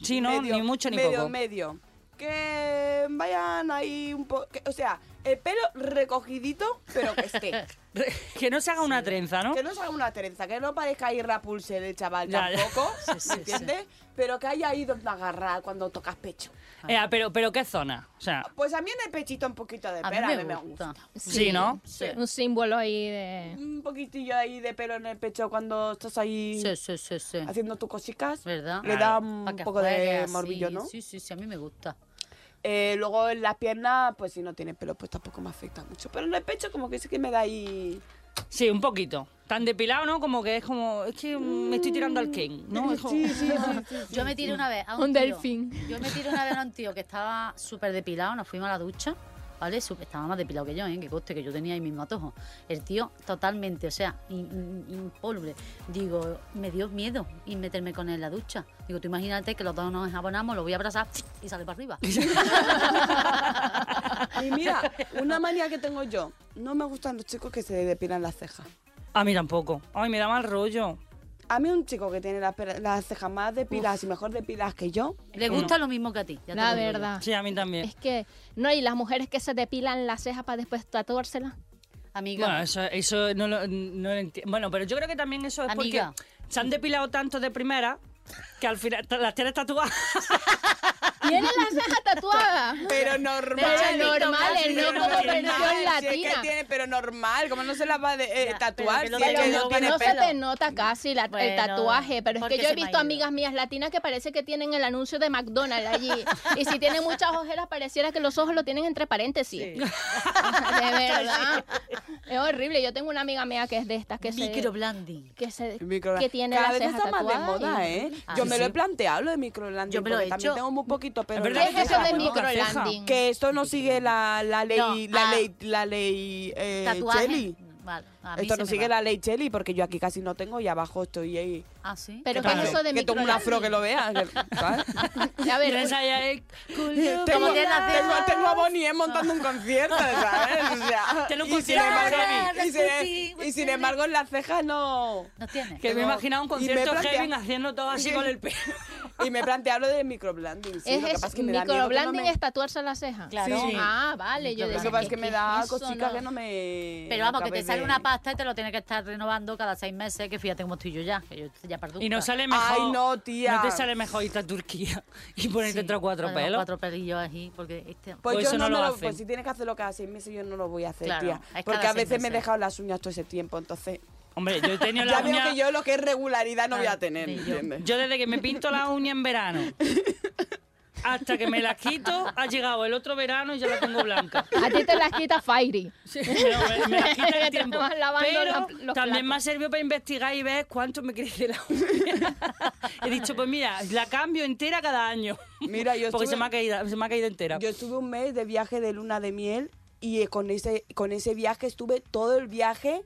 [SPEAKER 2] Sí, no,
[SPEAKER 4] Medio,
[SPEAKER 2] ni mucho ni
[SPEAKER 4] medio,
[SPEAKER 2] poco.
[SPEAKER 4] Medio, Que vayan ahí un poco... O sea, el pelo recogidito, pero que esté.
[SPEAKER 2] Re- Que no se haga una trenza, ¿no?
[SPEAKER 4] Que no salga una trenza, que no parezca ahí Rapulsel el chaval
[SPEAKER 2] Ya, ya.
[SPEAKER 4] tampoco, ¿me
[SPEAKER 5] sí, sí.
[SPEAKER 4] entiendes? Pero que haya ahí donde agarrar cuando tocas pecho.
[SPEAKER 2] Eh, pero, pero ¿qué zona? O sea,
[SPEAKER 4] Pues a mí en el pechito un poquito de
[SPEAKER 5] A
[SPEAKER 4] pelo,
[SPEAKER 5] mí me gusta.
[SPEAKER 2] sí, ¿no?
[SPEAKER 5] Sí.
[SPEAKER 3] Un símbolo ahí de...
[SPEAKER 4] Un poquitillo ahí de pelo en el pecho cuando estás ahí
[SPEAKER 5] Sí, sí, sí, sí.
[SPEAKER 4] haciendo tus cositas.
[SPEAKER 5] ¿Verdad?
[SPEAKER 4] Le da
[SPEAKER 5] Pa'
[SPEAKER 4] un
[SPEAKER 5] que
[SPEAKER 4] poco
[SPEAKER 5] juegue
[SPEAKER 4] de
[SPEAKER 5] así.
[SPEAKER 4] morbillo, ¿no?
[SPEAKER 5] Sí, sí, sí, a mí me gusta.
[SPEAKER 4] Eh, luego en las piernas, pues si no tienes pelo, pues tampoco me afecta mucho. Pero en el pecho como que sí que me da ahí...
[SPEAKER 2] Sí, un poquito. Tan depilado, ¿no? Como que es como, es que mm, me estoy tirando al King, ¿no? Es como-
[SPEAKER 4] Mm, Sí, sí, sí.
[SPEAKER 5] Yo me tiré una vez a un,
[SPEAKER 3] Un
[SPEAKER 5] tío.
[SPEAKER 3] delfín.
[SPEAKER 5] Yo me tiré una vez a un tío que estaba súper depilado, nos fuimos a la ducha, ¿vale? Sup- Estaba más depilado que yo, ¿eh? Que coste que yo tenía ahí mis matojos. El tío totalmente, o sea, in- in- impoluble. Digo, me dio miedo y meterme con él en la ducha. Digo, tú imagínate que los dos nos abonamos, lo voy a abrazar y sale para arriba.
[SPEAKER 4] Y mira, una manía que tengo yo. No me gustan los chicos que se depilan las cejas.
[SPEAKER 2] A mí tampoco. Ay, me da mal rollo.
[SPEAKER 4] A mí un chico que tiene las pe- las cejas más depiladas y mejor depiladas que yo,
[SPEAKER 5] Le gusta lo mismo que a ti. ya te
[SPEAKER 3] La
[SPEAKER 5] lo digo yo.
[SPEAKER 3] verdad.
[SPEAKER 2] Sí, a mí también.
[SPEAKER 3] Es que, no, y las mujeres que se depilan las cejas para después tatuárselas.
[SPEAKER 5] Amiga.
[SPEAKER 2] Bueno, eso, eso no lo, no entiendo. Bueno, pero yo creo que también eso es
[SPEAKER 5] Amiga.
[SPEAKER 2] porque se han depilado tanto de primera que al final ta- las tienes tatuadas.
[SPEAKER 3] Tiene las cejas tatuadas.
[SPEAKER 4] Pero normal.
[SPEAKER 3] Pero normales,
[SPEAKER 4] Pero
[SPEAKER 3] no como versión
[SPEAKER 4] Si es que
[SPEAKER 3] latina.
[SPEAKER 4] tiene, pero normal, como no se la va a de- eh,
[SPEAKER 5] Ya,
[SPEAKER 4] tatuar
[SPEAKER 5] pero que
[SPEAKER 4] si es
[SPEAKER 5] lo
[SPEAKER 4] que
[SPEAKER 5] veo,
[SPEAKER 4] no
[SPEAKER 3] Pero
[SPEAKER 4] tiene
[SPEAKER 3] no se
[SPEAKER 4] pelo.
[SPEAKER 3] te nota casi la-
[SPEAKER 5] Bueno,
[SPEAKER 3] el tatuaje, pero es
[SPEAKER 5] porque
[SPEAKER 3] que yo
[SPEAKER 5] se
[SPEAKER 3] he
[SPEAKER 5] me ha
[SPEAKER 3] visto
[SPEAKER 5] ido.
[SPEAKER 3] amigas mías latinas que parece que tienen el anuncio de McDonald's allí. Y si tienen muchas ojeras, pareciera que los ojos lo tienen entre paréntesis. De verdad. Es horrible. Yo tengo una amiga mía que es de estas, que se...
[SPEAKER 5] Microblending.
[SPEAKER 3] Que, se,
[SPEAKER 4] Micro-
[SPEAKER 3] que tiene
[SPEAKER 4] Cada
[SPEAKER 3] las
[SPEAKER 4] vez
[SPEAKER 3] cejas
[SPEAKER 4] está más de
[SPEAKER 3] tatuadas.
[SPEAKER 4] moda,
[SPEAKER 3] y-
[SPEAKER 4] ¿eh?
[SPEAKER 5] Ah,
[SPEAKER 4] Yo
[SPEAKER 5] sí,
[SPEAKER 4] me lo
[SPEAKER 5] sí.
[SPEAKER 4] he planteado lo de microlanding.
[SPEAKER 5] Yo me lo he
[SPEAKER 4] porque también
[SPEAKER 5] hecho.
[SPEAKER 4] tengo muy poquito pelo.
[SPEAKER 2] verdad
[SPEAKER 4] en
[SPEAKER 3] ¿Qué
[SPEAKER 4] la
[SPEAKER 2] que
[SPEAKER 3] es eso
[SPEAKER 4] ceja,
[SPEAKER 3] de
[SPEAKER 2] ¿no?
[SPEAKER 3] microlanding?
[SPEAKER 4] Que esto no sigue la, la ley,
[SPEAKER 5] No,
[SPEAKER 4] la
[SPEAKER 5] ah.
[SPEAKER 4] ley, la ley eh,
[SPEAKER 5] Tatuaje.
[SPEAKER 4] Cheli.
[SPEAKER 5] Vale, a mí
[SPEAKER 4] Esto
[SPEAKER 5] se
[SPEAKER 4] no
[SPEAKER 5] me
[SPEAKER 4] sigue
[SPEAKER 5] va.
[SPEAKER 4] la ley Cheli porque yo aquí casi no tengo y abajo estoy ahí.
[SPEAKER 5] Ah, sí.
[SPEAKER 3] Pero
[SPEAKER 2] Claro.
[SPEAKER 3] ¿qué es eso de
[SPEAKER 4] que tengo un afro que lo vea. que- ¿sabes?
[SPEAKER 3] A ver,
[SPEAKER 2] Tienes ahí el culo.
[SPEAKER 4] tengo,
[SPEAKER 5] tiene las
[SPEAKER 4] tengo-
[SPEAKER 5] cejas.
[SPEAKER 4] tengo a Bonnie M montando un concierto, ¿sabes? O sea,
[SPEAKER 2] Tiene un
[SPEAKER 4] y sin
[SPEAKER 2] concierto
[SPEAKER 4] embargo-
[SPEAKER 5] para mí.
[SPEAKER 4] y sin- Y sin embargo, en las cejas no.
[SPEAKER 5] No tiene.
[SPEAKER 2] Que me he
[SPEAKER 4] Tengo-
[SPEAKER 2] imaginado un
[SPEAKER 4] y me he
[SPEAKER 2] concierto
[SPEAKER 4] planteado-
[SPEAKER 2] Kevin haciendo todo así con el pelo.
[SPEAKER 4] Y me plantea lo de microblending. Sí,
[SPEAKER 3] es,
[SPEAKER 4] lo que pasa es que me da miedo que no
[SPEAKER 3] microblending
[SPEAKER 4] me-
[SPEAKER 3] es tatuarse las cejas.
[SPEAKER 5] Claro.
[SPEAKER 2] Sí.
[SPEAKER 3] Ah, vale. Yo
[SPEAKER 4] Lo
[SPEAKER 3] decía,
[SPEAKER 4] que pasa es que me da
[SPEAKER 3] eso
[SPEAKER 4] cositas
[SPEAKER 3] no-
[SPEAKER 4] que no me.
[SPEAKER 5] Pero vamos, que
[SPEAKER 4] acabe
[SPEAKER 5] te sale
[SPEAKER 4] de-
[SPEAKER 5] una pasta y te lo tienes que estar renovando cada seis meses, que fíjate cómo estoy yo ya, que yo estoy ya perdón.
[SPEAKER 2] Y no sale mejor.
[SPEAKER 4] Ay, no, tía.
[SPEAKER 2] No te sale mejor irte a Turquía y ponerte otros cuatro pelos.
[SPEAKER 5] Cuatro pelillos así, porque este...
[SPEAKER 4] Pues,
[SPEAKER 2] Pues
[SPEAKER 4] yo
[SPEAKER 2] eso
[SPEAKER 4] no,
[SPEAKER 2] no lo
[SPEAKER 4] me
[SPEAKER 2] hacen.
[SPEAKER 4] Pues si tienes que hacerlo cada seis meses, yo no lo voy a hacer,
[SPEAKER 5] Claro,
[SPEAKER 4] tía.
[SPEAKER 5] es
[SPEAKER 4] Porque
[SPEAKER 5] cada
[SPEAKER 4] a
[SPEAKER 5] seis
[SPEAKER 4] veces me he
[SPEAKER 5] meses.
[SPEAKER 4] dejado las uñas todo ese tiempo, entonces.
[SPEAKER 2] Hombre, yo he tenido
[SPEAKER 4] Ya
[SPEAKER 2] la
[SPEAKER 4] veo
[SPEAKER 2] uña.
[SPEAKER 4] que yo lo que es regularidad no voy a
[SPEAKER 5] Claro,
[SPEAKER 4] tener,
[SPEAKER 5] ni yo.
[SPEAKER 4] ¿entiendes?
[SPEAKER 2] Yo desde que me pinto la uña en verano hasta que me la quito, ha llegado el otro verano y ya la tengo blanca.
[SPEAKER 3] A ti te las quita Fairy.
[SPEAKER 2] Sí, no, me, me la quita el
[SPEAKER 3] Te
[SPEAKER 2] tiempo.
[SPEAKER 3] vas lavando
[SPEAKER 2] Pero
[SPEAKER 3] la- los
[SPEAKER 2] también
[SPEAKER 3] platos.
[SPEAKER 2] me ha servido para investigar y ver cuánto me crece la uña. He dicho, pues mira, la cambio entera cada año.
[SPEAKER 4] Mira, yo
[SPEAKER 2] Porque se
[SPEAKER 4] estuve-
[SPEAKER 2] me, ha caído, se me ha caído entera.
[SPEAKER 4] Yo estuve un mes de viaje de luna de miel y eh, con ese, con ese viaje estuve todo el viaje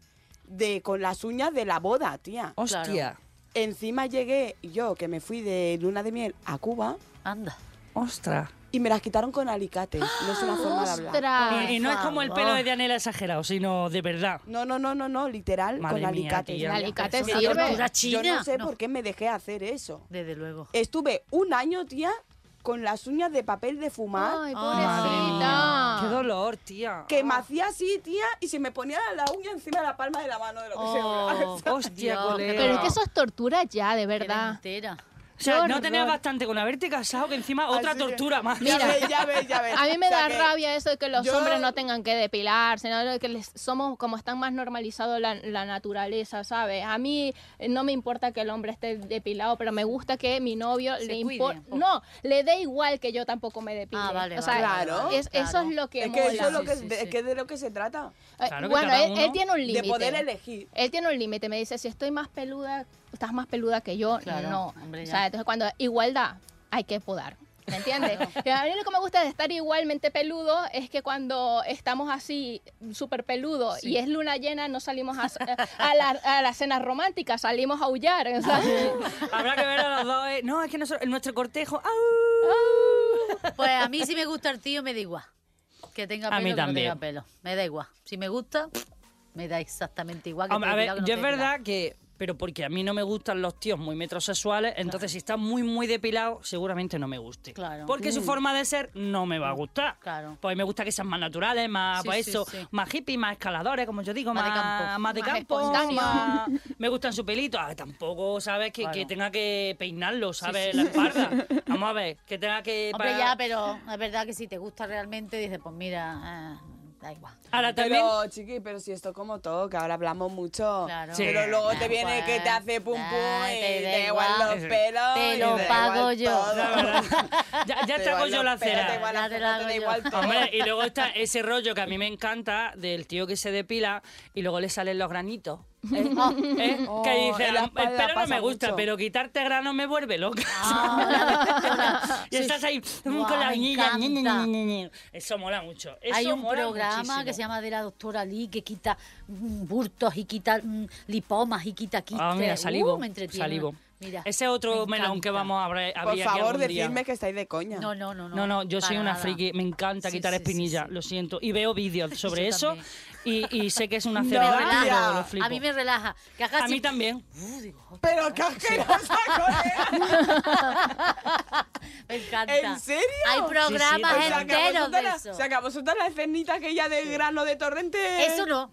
[SPEAKER 4] de, con las uñas de la boda, tía.
[SPEAKER 2] Oh. Hostia.
[SPEAKER 4] Encima llegué yo, que me fui de luna de miel a Cuba,
[SPEAKER 5] Anda.
[SPEAKER 2] Ostras.
[SPEAKER 4] y me las quitaron con alicates. No es una forma de hablar.
[SPEAKER 3] ¡Ah, Ostras.
[SPEAKER 2] Y, y no es como el
[SPEAKER 3] ah.
[SPEAKER 2] pelo de Dianela exagerado, sino de verdad.
[SPEAKER 4] No, no, no, no, no, literal,
[SPEAKER 2] Madre
[SPEAKER 4] con
[SPEAKER 2] mía,
[SPEAKER 4] alicates.
[SPEAKER 2] tía.
[SPEAKER 3] El alicate
[SPEAKER 5] Una
[SPEAKER 3] sirve.
[SPEAKER 5] tortura
[SPEAKER 4] Yo
[SPEAKER 5] china.
[SPEAKER 4] no sé por qué me dejé hacer eso.
[SPEAKER 5] Desde luego.
[SPEAKER 4] Estuve un año, tía, con las uñas de papel de fumar.
[SPEAKER 3] Ay,
[SPEAKER 2] Qué
[SPEAKER 3] pobrecita.
[SPEAKER 2] dolor, tía.
[SPEAKER 4] Que me hacía así, tía, y se me ponía la uña encima de la palma de la mano de lo que se
[SPEAKER 5] Oh,
[SPEAKER 2] Hostia,
[SPEAKER 5] Dios, qué
[SPEAKER 2] colega.
[SPEAKER 5] dolor.
[SPEAKER 3] Pero es que eso es tortura ya, de
[SPEAKER 5] Queda
[SPEAKER 3] verdad.
[SPEAKER 5] entera.
[SPEAKER 2] O sea, no
[SPEAKER 3] horror.
[SPEAKER 2] tenías bastante con haberte casado, que encima otra
[SPEAKER 4] Así que-
[SPEAKER 2] tortura más.
[SPEAKER 4] Ya
[SPEAKER 3] Mira.
[SPEAKER 4] ves, ya ves, ya ves.
[SPEAKER 3] A mí me
[SPEAKER 4] O sea
[SPEAKER 3] da
[SPEAKER 4] que-
[SPEAKER 3] rabia eso de que los
[SPEAKER 4] yo-
[SPEAKER 3] hombres no tengan que depilarse, ¿no? que les, somos como están más normalizado la, la naturaleza, ¿sabes? A mí eh, no me importa que el hombre esté depilado, pero me gusta que mi novio
[SPEAKER 5] Se
[SPEAKER 3] le
[SPEAKER 5] cuide
[SPEAKER 3] importa.
[SPEAKER 5] un poco.
[SPEAKER 3] No, le dé igual que yo tampoco me depile.
[SPEAKER 5] Ah, vale,
[SPEAKER 3] O sea,
[SPEAKER 5] vale,
[SPEAKER 4] Claro.
[SPEAKER 3] es- eso
[SPEAKER 5] claro.
[SPEAKER 3] es lo que
[SPEAKER 4] Es que eso
[SPEAKER 3] mola.
[SPEAKER 4] es lo
[SPEAKER 5] Sí,
[SPEAKER 4] que,
[SPEAKER 5] sí,
[SPEAKER 4] de,
[SPEAKER 5] sí.
[SPEAKER 4] es que de lo que se trata.
[SPEAKER 3] Eh,
[SPEAKER 2] Claro que
[SPEAKER 3] bueno,
[SPEAKER 2] cada
[SPEAKER 3] él, él
[SPEAKER 2] uno
[SPEAKER 3] tiene un límite.
[SPEAKER 4] De poder elegir.
[SPEAKER 3] Él tiene un límite, me dice, si estoy más peluda, estás más peluda que yo,
[SPEAKER 5] Claro,
[SPEAKER 3] no.
[SPEAKER 5] hombre,
[SPEAKER 3] o
[SPEAKER 5] ya.
[SPEAKER 3] sea, entonces cuando igualdad hay que podar. ¿Me entiendes? Y A mí lo que me gusta de estar igualmente peludo es que cuando estamos así súper peludo y es luna llena no salimos a, a la, a las cenas románticas, salimos a aullar. o sea.
[SPEAKER 5] Ah,
[SPEAKER 2] Habrá que ver a los dos. eh. No, es que nosotros- nuestro cortejo. ¡au!
[SPEAKER 5] Pues a mí si me gusta el tío me da igual. Que tenga
[SPEAKER 2] A
[SPEAKER 5] pelo
[SPEAKER 2] mí
[SPEAKER 5] que no
[SPEAKER 2] también.
[SPEAKER 5] tenga pelo. Me da igual. Si me gusta, me da exactamente igual que
[SPEAKER 2] Hombre, a
[SPEAKER 5] esté
[SPEAKER 2] ver,
[SPEAKER 5] depilado, que no
[SPEAKER 2] yo es
[SPEAKER 5] esté depilado.
[SPEAKER 2] verdad que. Pero porque a mí no me gustan los tíos muy metrosexuales, entonces si está muy, muy depilado, seguramente no me guste.
[SPEAKER 5] Claro. Mm.
[SPEAKER 2] Porque su forma de ser no me va a gustar.
[SPEAKER 5] Claro.
[SPEAKER 2] Pues me gusta que sean más naturales, más
[SPEAKER 5] Sí,
[SPEAKER 2] pues
[SPEAKER 5] sí,
[SPEAKER 2] eso,
[SPEAKER 5] sí.
[SPEAKER 2] más hippies, más escaladores, como yo digo,
[SPEAKER 5] Más
[SPEAKER 2] más,
[SPEAKER 5] de campo.
[SPEAKER 2] más de
[SPEAKER 3] Más
[SPEAKER 2] campo,
[SPEAKER 3] espontáneos.
[SPEAKER 2] más- Me gustan su pelito. Ah, tampoco, ¿sabes? Que,
[SPEAKER 5] Claro.
[SPEAKER 2] que tenga que peinarlo, ¿sabes?
[SPEAKER 5] sí,
[SPEAKER 2] La
[SPEAKER 5] sí, sí.
[SPEAKER 2] espalda. Vamos a ver, que tenga que...
[SPEAKER 5] Hombre,
[SPEAKER 2] pa-
[SPEAKER 5] ya, pero es verdad que si te gusta realmente, dices, pues mira, ah, da igual.
[SPEAKER 2] Ahora también...
[SPEAKER 4] Pero, chiqui, pero si esto como todo, que ahora hablamos mucho.
[SPEAKER 5] Claro.
[SPEAKER 2] Sí.
[SPEAKER 4] Pero luego te
[SPEAKER 5] Da
[SPEAKER 4] viene
[SPEAKER 5] igual.
[SPEAKER 4] que te hace pum pum
[SPEAKER 5] Da,
[SPEAKER 4] y
[SPEAKER 5] te
[SPEAKER 4] te
[SPEAKER 5] da
[SPEAKER 4] da igual
[SPEAKER 5] igual.
[SPEAKER 4] los pelos.
[SPEAKER 5] Te
[SPEAKER 4] y
[SPEAKER 5] lo
[SPEAKER 4] da
[SPEAKER 5] pago
[SPEAKER 4] igual
[SPEAKER 5] yo.
[SPEAKER 4] todo.
[SPEAKER 2] La verdad, ya ya
[SPEAKER 4] Te
[SPEAKER 2] te hago
[SPEAKER 4] igual
[SPEAKER 2] yo
[SPEAKER 4] los
[SPEAKER 2] la
[SPEAKER 4] pelos, Te
[SPEAKER 2] cera.
[SPEAKER 4] igual
[SPEAKER 5] Ya
[SPEAKER 4] la
[SPEAKER 5] te
[SPEAKER 4] cera,
[SPEAKER 5] la
[SPEAKER 4] te da
[SPEAKER 5] hago
[SPEAKER 4] igual
[SPEAKER 5] yo.
[SPEAKER 4] todo.
[SPEAKER 2] Hombre, y luego está ese rollo que a mí me encanta del tío que se depila y luego le salen los granitos. ¿eh? ¿Eh?
[SPEAKER 4] Oh,
[SPEAKER 2] que dice,
[SPEAKER 4] en la
[SPEAKER 2] "Ah, el
[SPEAKER 4] espalda
[SPEAKER 2] pelo no me
[SPEAKER 4] pasa
[SPEAKER 2] gusta,
[SPEAKER 4] mucho".
[SPEAKER 2] pero quitarte grano me vuelve loca. y estás ahí mm,
[SPEAKER 5] Ah. Guau,
[SPEAKER 2] con la
[SPEAKER 5] me
[SPEAKER 2] niña. ñi, ñi,
[SPEAKER 5] encanta.
[SPEAKER 2] ñi, ñi, ñi. Eso mola mucho. Eso
[SPEAKER 5] Hay un
[SPEAKER 2] mola
[SPEAKER 5] programa
[SPEAKER 2] muchísimo.
[SPEAKER 5] que se llama de la doctora Lee que quita mm, burtos y quita mm, lipomas y quita quistes.
[SPEAKER 2] Ah, mira,
[SPEAKER 5] Uh,
[SPEAKER 2] salivo.
[SPEAKER 5] me entretiene.
[SPEAKER 2] salivo.
[SPEAKER 5] Mira,
[SPEAKER 2] Ese es otro
[SPEAKER 5] me
[SPEAKER 2] melón que
[SPEAKER 5] encanta.
[SPEAKER 2] vamos a abrir,
[SPEAKER 4] Por
[SPEAKER 2] abrir aquí
[SPEAKER 4] favor,
[SPEAKER 2] algún día.
[SPEAKER 4] decidme que estáis de coña.
[SPEAKER 5] No, no, no.
[SPEAKER 2] No, no, yo soy
[SPEAKER 5] para
[SPEAKER 2] una
[SPEAKER 5] nada.
[SPEAKER 2] friki, me encanta
[SPEAKER 5] Sí,
[SPEAKER 2] quitar
[SPEAKER 5] sí, sí,
[SPEAKER 2] espinilla,
[SPEAKER 5] sí.
[SPEAKER 2] lo siento. Y veo vídeos sobre
[SPEAKER 5] yo
[SPEAKER 2] eso
[SPEAKER 5] también.
[SPEAKER 2] y, y sé que es una
[SPEAKER 4] No,
[SPEAKER 2] cerebral,
[SPEAKER 4] tía.
[SPEAKER 2] pero lo
[SPEAKER 4] A
[SPEAKER 2] flipo.
[SPEAKER 5] A mí me relaja. Que haga
[SPEAKER 2] A
[SPEAKER 5] así-
[SPEAKER 2] mí también.
[SPEAKER 5] Uh, digo, oh,
[SPEAKER 4] Pero qué asquerosa con
[SPEAKER 5] me encanta.
[SPEAKER 4] ¿En serio?
[SPEAKER 5] Hay programas
[SPEAKER 2] Sí, pues, sí,
[SPEAKER 4] O sea, que a
[SPEAKER 5] enteros de
[SPEAKER 4] vosotras-
[SPEAKER 5] eso.
[SPEAKER 4] O sea, que a vosotras la escenita aquella de grano de torrente.
[SPEAKER 5] Eso no.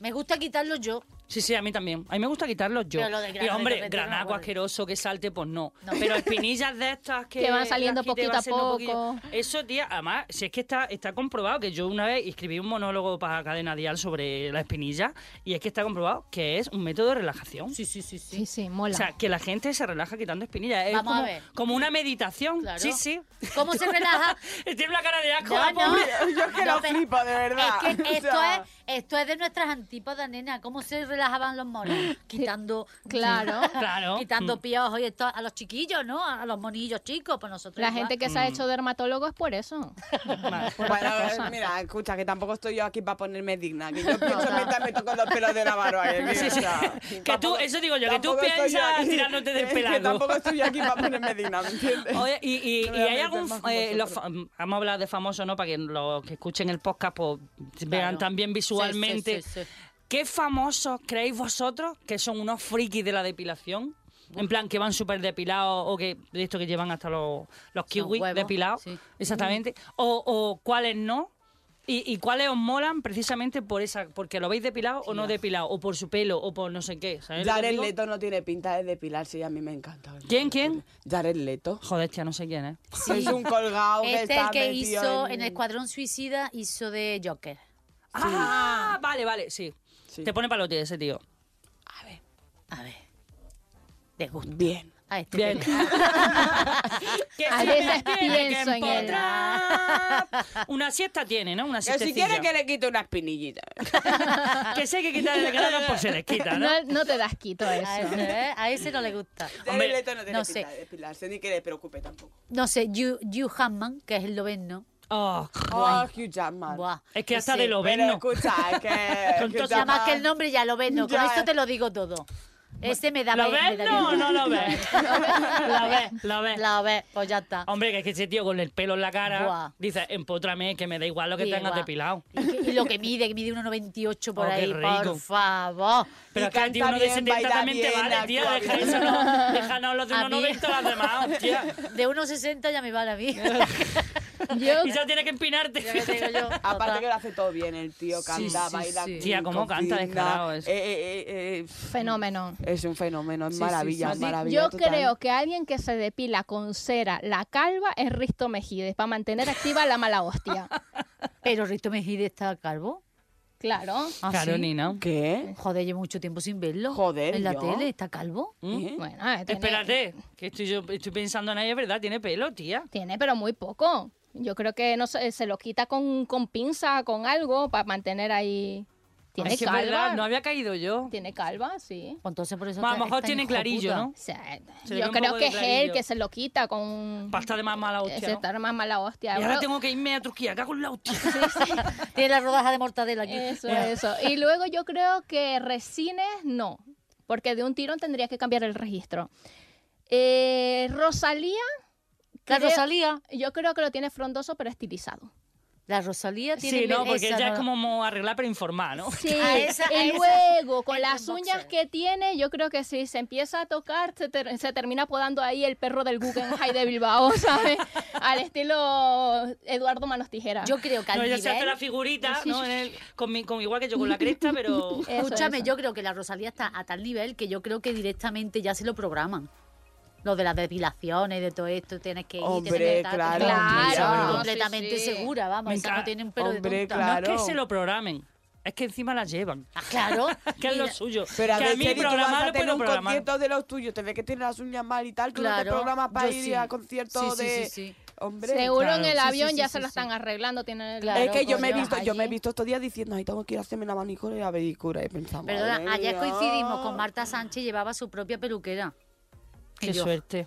[SPEAKER 5] Me gusta quitarlo yo.
[SPEAKER 2] Sí, sí, a mí también. A mí me gusta quitarlos yo.
[SPEAKER 5] Pero lo del
[SPEAKER 2] y
[SPEAKER 5] grano de
[SPEAKER 2] hombre,
[SPEAKER 5] torrente no me
[SPEAKER 2] granaco
[SPEAKER 5] acuerdo.
[SPEAKER 2] asqueroso que salte, pues no.
[SPEAKER 5] No.
[SPEAKER 2] Pero espinillas de estas que...
[SPEAKER 3] Que van saliendo
[SPEAKER 2] las quite,
[SPEAKER 3] poquito
[SPEAKER 2] va
[SPEAKER 3] a
[SPEAKER 2] siendo
[SPEAKER 3] poco.
[SPEAKER 2] poquillo. Eso, tía, además, si es que está, está comprobado que yo una vez escribí un monólogo para Cadena Dial sobre la espinilla y es que está comprobado que es un método de relajación.
[SPEAKER 5] Sí, sí, sí, sí.
[SPEAKER 3] Sí, sí, mola.
[SPEAKER 2] O sea, que la gente se relaja quitando espinillas. Es
[SPEAKER 5] Vamos a
[SPEAKER 2] como,
[SPEAKER 5] ver.
[SPEAKER 2] como una meditación.
[SPEAKER 5] Claro.
[SPEAKER 2] Sí, sí.
[SPEAKER 5] ¿Cómo se relaja?
[SPEAKER 2] Tiene una cara de asco.
[SPEAKER 5] Ya,
[SPEAKER 2] la pobre.
[SPEAKER 5] no.
[SPEAKER 4] Yo es que
[SPEAKER 5] No,
[SPEAKER 4] lo
[SPEAKER 5] pero-
[SPEAKER 4] flipo, de verdad.
[SPEAKER 5] Es que
[SPEAKER 4] O
[SPEAKER 5] esto,
[SPEAKER 4] sea,
[SPEAKER 5] es, esto es de nuestras antípodas, nena. ¿Cómo se relajaban los monos? Quitando.
[SPEAKER 3] Claro.
[SPEAKER 2] Claro. Mm.
[SPEAKER 5] Quitando piojos y esto a los chiquillos, ¿no? A los monillos chicos, pues nosotros.
[SPEAKER 3] La
[SPEAKER 5] igual.
[SPEAKER 3] gente que se ha hecho dermatólogo es por eso. Por
[SPEAKER 4] Bueno,
[SPEAKER 3] otra cosa.
[SPEAKER 4] mira, escucha, que tampoco estoy yo aquí para ponerme digna. Que yo pienso mientras me toco los pelos de la barba. eh, tío, o sea,
[SPEAKER 2] Que tú-
[SPEAKER 4] tampoco-
[SPEAKER 2] eso digo yo, que tú
[SPEAKER 4] tampoco estoy yo
[SPEAKER 2] piensas
[SPEAKER 4] aquí-
[SPEAKER 2] tirándote del
[SPEAKER 4] es Que
[SPEAKER 2] pelado.
[SPEAKER 4] tampoco estoy yo aquí para ponerme digna, ¿me entiendes?
[SPEAKER 2] Oye, y,
[SPEAKER 4] No
[SPEAKER 2] y- y
[SPEAKER 4] voy a
[SPEAKER 2] hay
[SPEAKER 4] meter
[SPEAKER 2] algún.
[SPEAKER 4] más con
[SPEAKER 2] eh, los
[SPEAKER 4] vosotros.
[SPEAKER 2] fa- vamos a hablar de famosos, ¿no? Para que los que escuchen el podcast pues, vean también visualmente.
[SPEAKER 5] Sí, sí, sí, sí.
[SPEAKER 2] ¿Qué famosos creéis vosotros que son unos frikis de la depilación? En plan, que van súper depilados o que de esto que llevan hasta los, los kiwis
[SPEAKER 5] huevos,
[SPEAKER 2] depilados.
[SPEAKER 5] sí.
[SPEAKER 2] Exactamente. O, o cuáles no. Y, y cuáles os molan precisamente por esa porque lo veis depilado o no depilado, o por su pelo, o por no sé qué. ¿sabes lo que
[SPEAKER 4] Jared
[SPEAKER 2] digo?
[SPEAKER 4] Leto no tiene pinta de depilarse y a mí me encanta.
[SPEAKER 2] ¿Quién, quién?
[SPEAKER 4] Jared Leto.
[SPEAKER 2] Joder, tía, no sé quién ¿eh? es.
[SPEAKER 4] Es un colgado que
[SPEAKER 5] Este es
[SPEAKER 4] está
[SPEAKER 5] el que
[SPEAKER 4] metido
[SPEAKER 5] hizo
[SPEAKER 4] en-
[SPEAKER 5] en Escuadrón Suicida, hizo de Joker.
[SPEAKER 2] Ah, vale, vale, sí.
[SPEAKER 4] Sí.
[SPEAKER 2] Te pone palote ese tío.
[SPEAKER 4] A ver,
[SPEAKER 5] A ver. De gusto.
[SPEAKER 4] bien.
[SPEAKER 5] A este
[SPEAKER 2] Bien.
[SPEAKER 5] que-
[SPEAKER 2] Que
[SPEAKER 3] A
[SPEAKER 2] si
[SPEAKER 3] veces
[SPEAKER 2] me tiene
[SPEAKER 3] pienso en él.
[SPEAKER 2] empotrar. Una siesta tiene, ¿no? Una
[SPEAKER 4] Que
[SPEAKER 2] siesta.
[SPEAKER 4] si quiere que le quite una espinillita.
[SPEAKER 2] Que sé que quitar el grano pues se les quita, ¿no?
[SPEAKER 3] No, no te das quito
[SPEAKER 5] A
[SPEAKER 3] eso.
[SPEAKER 5] ese, ¿eh? A ese no le gusta.
[SPEAKER 2] Hombre,
[SPEAKER 4] Jared Leto no tiene
[SPEAKER 5] no
[SPEAKER 4] pinta
[SPEAKER 5] sé.
[SPEAKER 4] de depilarse, ni que le preocupe tampoco.
[SPEAKER 5] No sé, Hugh, Hugh Hammond, que es el noveno.
[SPEAKER 2] Oh,
[SPEAKER 4] Oh, Hugh Jackman.
[SPEAKER 5] Buah.
[SPEAKER 2] es que hasta
[SPEAKER 5] Ese-
[SPEAKER 2] de lo
[SPEAKER 4] Pero
[SPEAKER 2] verno.
[SPEAKER 4] escucha, es que...
[SPEAKER 2] Con
[SPEAKER 4] Hugh
[SPEAKER 2] todo-
[SPEAKER 5] Ya
[SPEAKER 4] Jackman-
[SPEAKER 5] más que el nombre ya lo ves, ¿no? Con
[SPEAKER 4] Ya,
[SPEAKER 5] esto
[SPEAKER 4] eh.
[SPEAKER 5] te lo digo todo. Ese me da
[SPEAKER 2] ¿Lo
[SPEAKER 5] me- me
[SPEAKER 2] ves?
[SPEAKER 5] da
[SPEAKER 2] No,
[SPEAKER 5] bien.
[SPEAKER 2] no lo ves. Lo ves, lo ves.
[SPEAKER 5] La ves, pues ya está.
[SPEAKER 2] Hombre, que es que ese tío con el pelo en la cara
[SPEAKER 5] Buah.
[SPEAKER 2] dice, empótrame, que me da igual lo que
[SPEAKER 5] Bien,
[SPEAKER 2] tengas
[SPEAKER 5] guau.
[SPEAKER 2] depilado.
[SPEAKER 5] Y, que- y lo que mide, que mide 1,98 por
[SPEAKER 2] Oh, qué
[SPEAKER 5] ahí,
[SPEAKER 2] rico.
[SPEAKER 5] por favor.
[SPEAKER 2] Pero
[SPEAKER 4] Y
[SPEAKER 2] es que a ti
[SPEAKER 4] canta
[SPEAKER 2] uno de
[SPEAKER 4] bien,
[SPEAKER 2] 70
[SPEAKER 4] baila
[SPEAKER 2] también te
[SPEAKER 4] bien,
[SPEAKER 2] vale, tío.
[SPEAKER 4] actúa
[SPEAKER 2] Deja
[SPEAKER 4] bien.
[SPEAKER 2] eso, no. Déjanos los de
[SPEAKER 5] A mí-
[SPEAKER 2] 1,90 las demás, hostia.
[SPEAKER 5] De 1,60 ya me vale a mí.
[SPEAKER 3] Yo-
[SPEAKER 2] y ya tienes que empinarte.
[SPEAKER 5] Ya que te digo yo,
[SPEAKER 4] Aparte
[SPEAKER 5] total.
[SPEAKER 4] que lo hace todo bien el tío, canta,
[SPEAKER 6] sí,
[SPEAKER 4] baila.
[SPEAKER 6] sí.
[SPEAKER 2] Tía, cómo canta,
[SPEAKER 4] cocina,
[SPEAKER 2] descarado es.
[SPEAKER 4] eh, eh, eh, eh,
[SPEAKER 3] Fenómeno.
[SPEAKER 4] es un fenómeno, es
[SPEAKER 6] Sí, sí,
[SPEAKER 4] maravilla,
[SPEAKER 6] sí.
[SPEAKER 4] es
[SPEAKER 6] Yo
[SPEAKER 4] maravilla.
[SPEAKER 3] Yo
[SPEAKER 4] total.
[SPEAKER 3] creo que alguien que se depila con cera la calva es Risto Mejides para mantener activa la mala hostia.
[SPEAKER 5] Pero Rito Mejide está calvo.
[SPEAKER 3] Claro.
[SPEAKER 5] ¿Ah, sí?
[SPEAKER 2] Claro, Nina.
[SPEAKER 4] ¿Qué?
[SPEAKER 5] Joder, llevo mucho tiempo sin verlo.
[SPEAKER 4] Joder,
[SPEAKER 5] En la
[SPEAKER 4] yo.
[SPEAKER 5] tele, está calvo.
[SPEAKER 2] Mm.
[SPEAKER 4] ¿Eh?
[SPEAKER 3] Bueno, eh, tiene-
[SPEAKER 2] Espérate, que estoy, yo, estoy pensando en ella, es ¿verdad? Tiene pelo, tía.
[SPEAKER 3] Tiene, pero muy poco. Yo creo que no sé, se lo quita con, con pinza, con algo, para mantener ahí. Tiene
[SPEAKER 2] Ay, sí, es
[SPEAKER 3] calva.
[SPEAKER 2] verdad, no había caído yo.
[SPEAKER 3] Tiene calva, sí.
[SPEAKER 5] Pues Entonces por eso
[SPEAKER 2] Bueno, a
[SPEAKER 5] está-
[SPEAKER 2] lo mejor
[SPEAKER 5] está
[SPEAKER 2] tiene
[SPEAKER 5] hijo de
[SPEAKER 2] clarillo,
[SPEAKER 5] puta.
[SPEAKER 2] ¿no?
[SPEAKER 3] O sea,
[SPEAKER 2] Se le ve
[SPEAKER 3] yo
[SPEAKER 2] un poco
[SPEAKER 3] creo que
[SPEAKER 2] de
[SPEAKER 3] es él
[SPEAKER 2] clarillo.
[SPEAKER 3] que se lo quita con.
[SPEAKER 2] Pasta de más mala
[SPEAKER 3] Ese
[SPEAKER 2] hostia. ¿no?
[SPEAKER 3] estar más mala hostia.
[SPEAKER 2] Y ahora
[SPEAKER 3] Bueno,
[SPEAKER 2] tengo que irme a Turquía, cago en la hostia.
[SPEAKER 5] Tiene la rodaja de mortadela aquí.
[SPEAKER 3] Eso, eso. Y luego yo creo que Resines no, porque de un tirón tendría que cambiar el registro. Eh, Rosalía,
[SPEAKER 5] La
[SPEAKER 3] creo-
[SPEAKER 5] Rosalía.
[SPEAKER 3] yo creo que lo tiene frondoso pero estilizado.
[SPEAKER 5] La Rosalía tiene...
[SPEAKER 2] Sí, no, porque
[SPEAKER 5] esa
[SPEAKER 2] ya
[SPEAKER 5] no-
[SPEAKER 2] es como arreglar pero informar, ¿no?
[SPEAKER 3] Sí,
[SPEAKER 5] A esa- a
[SPEAKER 3] y
[SPEAKER 5] esa-
[SPEAKER 3] luego con
[SPEAKER 5] es
[SPEAKER 3] las
[SPEAKER 5] un
[SPEAKER 3] uñas
[SPEAKER 5] boxer.
[SPEAKER 3] que tiene, yo creo que si se empieza a tocar, se, ter- se termina podando ahí el perro del Guggenheim de Bilbao, ¿sabes? Al estilo Eduardo Manos Tijeras.
[SPEAKER 5] Yo creo que al
[SPEAKER 2] No, ella se hace
[SPEAKER 5] nivel...
[SPEAKER 2] la figurita, ¿no? En el- con, mi- con igual que yo con la cresta, pero.
[SPEAKER 3] Eso,
[SPEAKER 5] Escúchame,
[SPEAKER 3] eso.
[SPEAKER 5] yo creo que la Rosalía está a tal nivel que yo creo que directamente ya se lo programan. Lo de las depilaciones, de todo esto, tienes que ir,
[SPEAKER 4] Hombre,
[SPEAKER 5] tienes que estar
[SPEAKER 4] claro,
[SPEAKER 5] completamente-
[SPEAKER 4] Claro, hombre.
[SPEAKER 5] completamente
[SPEAKER 3] sí, sí.
[SPEAKER 5] segura, vamos,
[SPEAKER 2] Me
[SPEAKER 5] esa
[SPEAKER 2] encanta.
[SPEAKER 5] no tiene un pelo de
[SPEAKER 4] Hombre,
[SPEAKER 5] punta.
[SPEAKER 2] No es que
[SPEAKER 4] Claro.
[SPEAKER 2] se lo programen, es que encima la llevan.
[SPEAKER 5] Ah, claro.
[SPEAKER 2] Que es
[SPEAKER 5] Mira,
[SPEAKER 2] lo suyo.
[SPEAKER 4] Pero a
[SPEAKER 2] que a
[SPEAKER 4] ver,
[SPEAKER 2] mí
[SPEAKER 4] Kelly, tú vas
[SPEAKER 2] programarlo
[SPEAKER 4] a tener
[SPEAKER 2] puedo
[SPEAKER 4] un
[SPEAKER 2] programar.
[SPEAKER 4] concierto de los tuyos, te ves que tienes las uñas mal y tal, tú no te
[SPEAKER 5] Claro,
[SPEAKER 4] programas para
[SPEAKER 5] yo
[SPEAKER 4] ir
[SPEAKER 5] sí.
[SPEAKER 4] a conciertos
[SPEAKER 5] Sí, sí,
[SPEAKER 4] de...
[SPEAKER 5] sí, sí.
[SPEAKER 4] Hombre,
[SPEAKER 3] Seguro
[SPEAKER 2] claro,
[SPEAKER 3] en el
[SPEAKER 5] sí, sí,
[SPEAKER 3] avión
[SPEAKER 5] sí,
[SPEAKER 3] ya
[SPEAKER 5] sí,
[SPEAKER 3] se lo
[SPEAKER 5] sí.
[SPEAKER 3] están arreglando, tiene
[SPEAKER 5] Claro.
[SPEAKER 4] es que yo me he
[SPEAKER 5] coño,
[SPEAKER 4] visto, yo me he
[SPEAKER 5] allí.
[SPEAKER 4] visto estos días diciendo, ay, tengo que ir a hacerme la manicura y la pedicura. Y pensamos,
[SPEAKER 5] Perdona,
[SPEAKER 4] madre
[SPEAKER 5] ayer
[SPEAKER 4] mía.
[SPEAKER 5] coincidimos con Marta Sánchez, llevaba su propia peluquera. Y
[SPEAKER 2] Qué
[SPEAKER 5] yo,
[SPEAKER 2] suerte.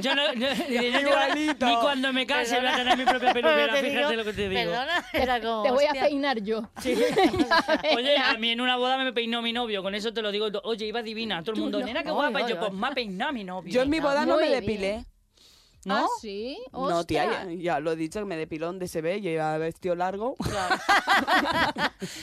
[SPEAKER 2] yo no, yo- yo-
[SPEAKER 4] Igualito.
[SPEAKER 2] ni cuando me case voy a tener mi propia peluquera,
[SPEAKER 5] Pero te
[SPEAKER 2] fíjate
[SPEAKER 5] digo,
[SPEAKER 2] lo que te digo.
[SPEAKER 5] Perdona, era como,
[SPEAKER 3] Te voy a
[SPEAKER 5] hostia.
[SPEAKER 3] peinar yo.
[SPEAKER 2] Oye, a mí en una boda me peinó mi novio, con eso te lo digo. todo. Oye, iba divina, todo el mundo, nena, qué
[SPEAKER 5] Ay,
[SPEAKER 2] guapa.
[SPEAKER 5] ay,
[SPEAKER 2] Y yo,
[SPEAKER 5] ay.
[SPEAKER 2] pues me ha peinado mi novio.
[SPEAKER 4] Yo en mi boda no
[SPEAKER 3] Muy
[SPEAKER 4] me
[SPEAKER 3] bien.
[SPEAKER 4] depilé.
[SPEAKER 2] ¿No?
[SPEAKER 3] Ah, sí.
[SPEAKER 4] No, tía,
[SPEAKER 3] Ostras.
[SPEAKER 4] ya, ya lo he dicho, que me depiló donde se ve, yo iba vestido largo.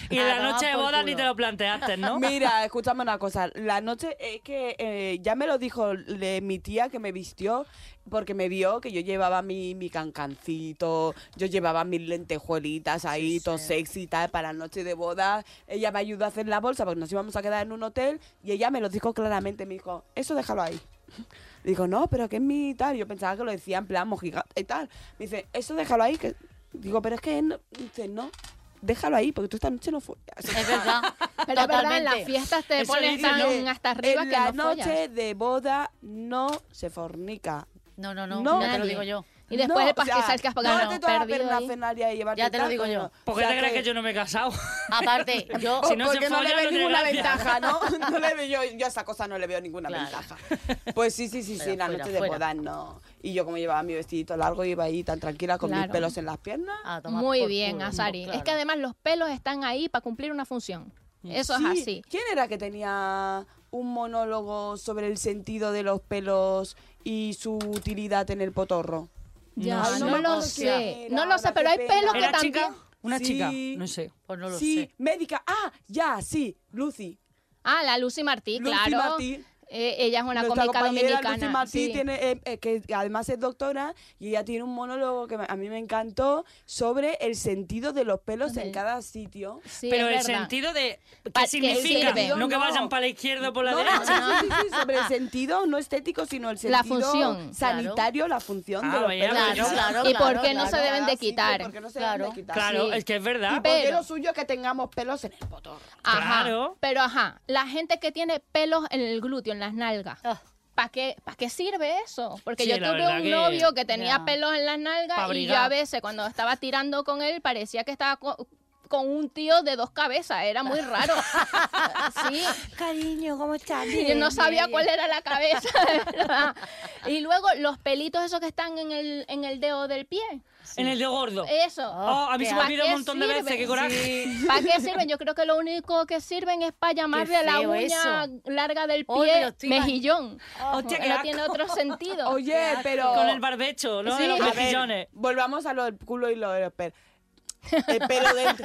[SPEAKER 2] Y en
[SPEAKER 5] Ah,
[SPEAKER 2] la
[SPEAKER 5] toma
[SPEAKER 2] noche de
[SPEAKER 5] por
[SPEAKER 2] boda
[SPEAKER 5] culo.
[SPEAKER 2] ni te lo planteaste, ¿no?
[SPEAKER 4] Mira, escúchame una cosa. La noche es que eh, ya me lo dijo le- mi tía que me vistió porque me vio que yo llevaba mi, mi cancancito, yo llevaba mis lentejuelitas ahí, todo sexy y tal, para la noche de boda. Ella me ayudó a hacer la bolsa porque nos íbamos a quedar en un hotel y ella me lo dijo claramente. Me dijo, eso déjalo ahí. Digo, no, pero que es mi tal. Yo pensaba que lo decía en plan mojigata y tal. Me dice, eso déjalo ahí. Que... Digo, pero es que no. Dice, no, déjalo ahí porque tú esta noche no fue.
[SPEAKER 5] Es verdad.
[SPEAKER 3] Pero es verdad,
[SPEAKER 5] totalmente.
[SPEAKER 3] en las fiestas te
[SPEAKER 2] Eso
[SPEAKER 3] ponen
[SPEAKER 2] dice,
[SPEAKER 3] tan
[SPEAKER 4] Dice,
[SPEAKER 3] hasta arriba
[SPEAKER 4] en
[SPEAKER 3] que
[SPEAKER 4] la
[SPEAKER 3] no
[SPEAKER 4] noche
[SPEAKER 3] follas.
[SPEAKER 4] de boda no se fornica.
[SPEAKER 5] No, no, no,
[SPEAKER 4] No,
[SPEAKER 5] ya te lo
[SPEAKER 3] nadie.
[SPEAKER 5] digo yo.
[SPEAKER 3] Y después
[SPEAKER 4] No,
[SPEAKER 3] el pastel
[SPEAKER 4] o sea,
[SPEAKER 3] salcas
[SPEAKER 4] no
[SPEAKER 3] para
[SPEAKER 4] te
[SPEAKER 3] no,
[SPEAKER 4] toca hacer
[SPEAKER 3] perdido
[SPEAKER 4] una
[SPEAKER 3] ahí.
[SPEAKER 4] cenaria y llevarte
[SPEAKER 5] Ya te lo
[SPEAKER 4] tal,
[SPEAKER 5] digo yo.
[SPEAKER 4] coño.
[SPEAKER 2] ¿Por qué
[SPEAKER 4] O sea
[SPEAKER 2] te crees que yo no me he casado?
[SPEAKER 5] Ah, Aparte, yo...
[SPEAKER 2] Si no se
[SPEAKER 4] porque no le
[SPEAKER 2] follan,
[SPEAKER 4] veo
[SPEAKER 2] no tiene
[SPEAKER 4] ninguna
[SPEAKER 2] gracia.
[SPEAKER 4] ventaja, ¿no? No le veo, yo, yo a esa cosa no le veo ninguna
[SPEAKER 5] Claro.
[SPEAKER 4] ventaja. Pues sí, sí, sí, sí,
[SPEAKER 5] Fuera,
[SPEAKER 4] la
[SPEAKER 5] fuera,
[SPEAKER 4] noche de
[SPEAKER 5] fuera.
[SPEAKER 4] boda no. Y yo como llevaba mi vestidito largo, iba ahí tan tranquila con mis
[SPEAKER 3] Claro.
[SPEAKER 4] pelos en las piernas.
[SPEAKER 5] a tomar
[SPEAKER 3] Muy
[SPEAKER 5] Ah, por
[SPEAKER 3] bien,
[SPEAKER 5] culo.
[SPEAKER 3] Azari.
[SPEAKER 5] Claro.
[SPEAKER 3] Es que además los pelos están ahí para cumplir una función. Eso
[SPEAKER 4] Sí.
[SPEAKER 3] es así.
[SPEAKER 4] ¿Quién era que tenía un monólogo sobre el sentido de los pelos y su utilidad en el potorro?
[SPEAKER 3] Ya,
[SPEAKER 4] Ay,
[SPEAKER 3] no,
[SPEAKER 4] me
[SPEAKER 3] lo
[SPEAKER 4] acuerdo
[SPEAKER 3] sé.
[SPEAKER 4] quién era,
[SPEAKER 3] No lo sé,
[SPEAKER 4] ahora,
[SPEAKER 3] pero
[SPEAKER 4] qué
[SPEAKER 3] hay
[SPEAKER 4] pena.
[SPEAKER 3] pelos que
[SPEAKER 2] ¿Era
[SPEAKER 3] también.
[SPEAKER 2] chica? Una
[SPEAKER 4] Sí.
[SPEAKER 2] chica, no sé.
[SPEAKER 5] Pues no lo
[SPEAKER 4] sí,
[SPEAKER 5] sé.
[SPEAKER 4] médica. Ah, ya, sí, Lucy.
[SPEAKER 3] Ah, la Lucy Martí,
[SPEAKER 4] Lucy
[SPEAKER 3] claro.
[SPEAKER 4] Martí.
[SPEAKER 3] Eh, ella es una
[SPEAKER 4] Nuestra
[SPEAKER 3] cómica
[SPEAKER 4] compañera
[SPEAKER 3] dominicana.
[SPEAKER 4] Lucy Martí
[SPEAKER 3] sí.
[SPEAKER 4] tiene, eh, eh, que además es doctora y ella tiene un monólogo que me- a mí me encantó sobre el sentido de los pelos en
[SPEAKER 3] Ok.
[SPEAKER 4] cada sitio.
[SPEAKER 3] Sí,
[SPEAKER 2] pero el
[SPEAKER 3] es verdad.
[SPEAKER 2] sentido de
[SPEAKER 3] Pa-
[SPEAKER 2] qué
[SPEAKER 3] que
[SPEAKER 2] significa,
[SPEAKER 3] sirve.
[SPEAKER 2] no que
[SPEAKER 4] No.
[SPEAKER 2] vayan para la izquierda o por la
[SPEAKER 4] No,
[SPEAKER 2] derecha.
[SPEAKER 4] sí, sí, sí, sobre el sentido no estético, sino el sentido
[SPEAKER 3] La función,
[SPEAKER 4] sanitario, la función de
[SPEAKER 2] Ah,
[SPEAKER 4] los
[SPEAKER 2] vaya,
[SPEAKER 4] pelos.
[SPEAKER 5] Claro,
[SPEAKER 4] en cada-
[SPEAKER 5] claro,
[SPEAKER 3] ¿Y por
[SPEAKER 5] claro,
[SPEAKER 3] qué no
[SPEAKER 5] claro.
[SPEAKER 3] se deben de
[SPEAKER 4] cada sitio,
[SPEAKER 3] quitar?
[SPEAKER 4] Porque no se
[SPEAKER 5] Claro.
[SPEAKER 4] deben de quitar.
[SPEAKER 2] Claro,
[SPEAKER 4] Sí.
[SPEAKER 2] es que es
[SPEAKER 4] Y
[SPEAKER 2] verdad.
[SPEAKER 4] porque
[SPEAKER 3] Pero-
[SPEAKER 4] lo suyo es que tengamos pelos en el potorro.
[SPEAKER 3] Ajá.
[SPEAKER 2] Claro.
[SPEAKER 3] Pero ajá, la gente que tiene pelos en el glúteo, en las nalgas.
[SPEAKER 5] Ah.
[SPEAKER 3] ¿Para qué, ¿Para qué sirve eso? Porque
[SPEAKER 2] Sí,
[SPEAKER 3] yo
[SPEAKER 2] la
[SPEAKER 3] tuve
[SPEAKER 2] verdad
[SPEAKER 3] un
[SPEAKER 2] que-
[SPEAKER 3] novio que tenía
[SPEAKER 5] ya.
[SPEAKER 3] pelos en las
[SPEAKER 2] Pa'
[SPEAKER 3] nalgas y yo
[SPEAKER 2] abrigar.
[SPEAKER 3] a veces cuando estaba tirando con él parecía que estaba co- con, un tío de dos cabezas, era muy raro. sí.
[SPEAKER 7] Cariño, ¿cómo estás?
[SPEAKER 3] Y no sabía cuál era la cabeza, de verdad. Y luego los pelitos esos que están en el, en el dedo del pie.
[SPEAKER 2] En el de gordo.
[SPEAKER 3] Eso.
[SPEAKER 2] Oh, a mí se me
[SPEAKER 3] ¿Para
[SPEAKER 2] olvidó un
[SPEAKER 3] qué
[SPEAKER 2] montón de veces,
[SPEAKER 3] sirven?
[SPEAKER 2] qué coraje.
[SPEAKER 3] ¿Para qué sirven? Yo creo que lo único que sirven es para llamarle a la
[SPEAKER 5] feo
[SPEAKER 3] uña
[SPEAKER 5] eso.
[SPEAKER 3] larga del
[SPEAKER 5] Hoy me lo
[SPEAKER 3] pie
[SPEAKER 5] estoy ima-
[SPEAKER 3] mejillón.
[SPEAKER 2] Hostia,
[SPEAKER 3] Que
[SPEAKER 2] qué
[SPEAKER 3] no
[SPEAKER 2] asco.
[SPEAKER 3] tiene otro sentido.
[SPEAKER 4] Oye, pero...
[SPEAKER 2] Con el barbecho, ¿no?
[SPEAKER 3] Sí.
[SPEAKER 2] De los
[SPEAKER 3] A
[SPEAKER 4] A ver,
[SPEAKER 2] mejillones.
[SPEAKER 4] volvamos a lo del culo y lo de los pelos. El pelo del...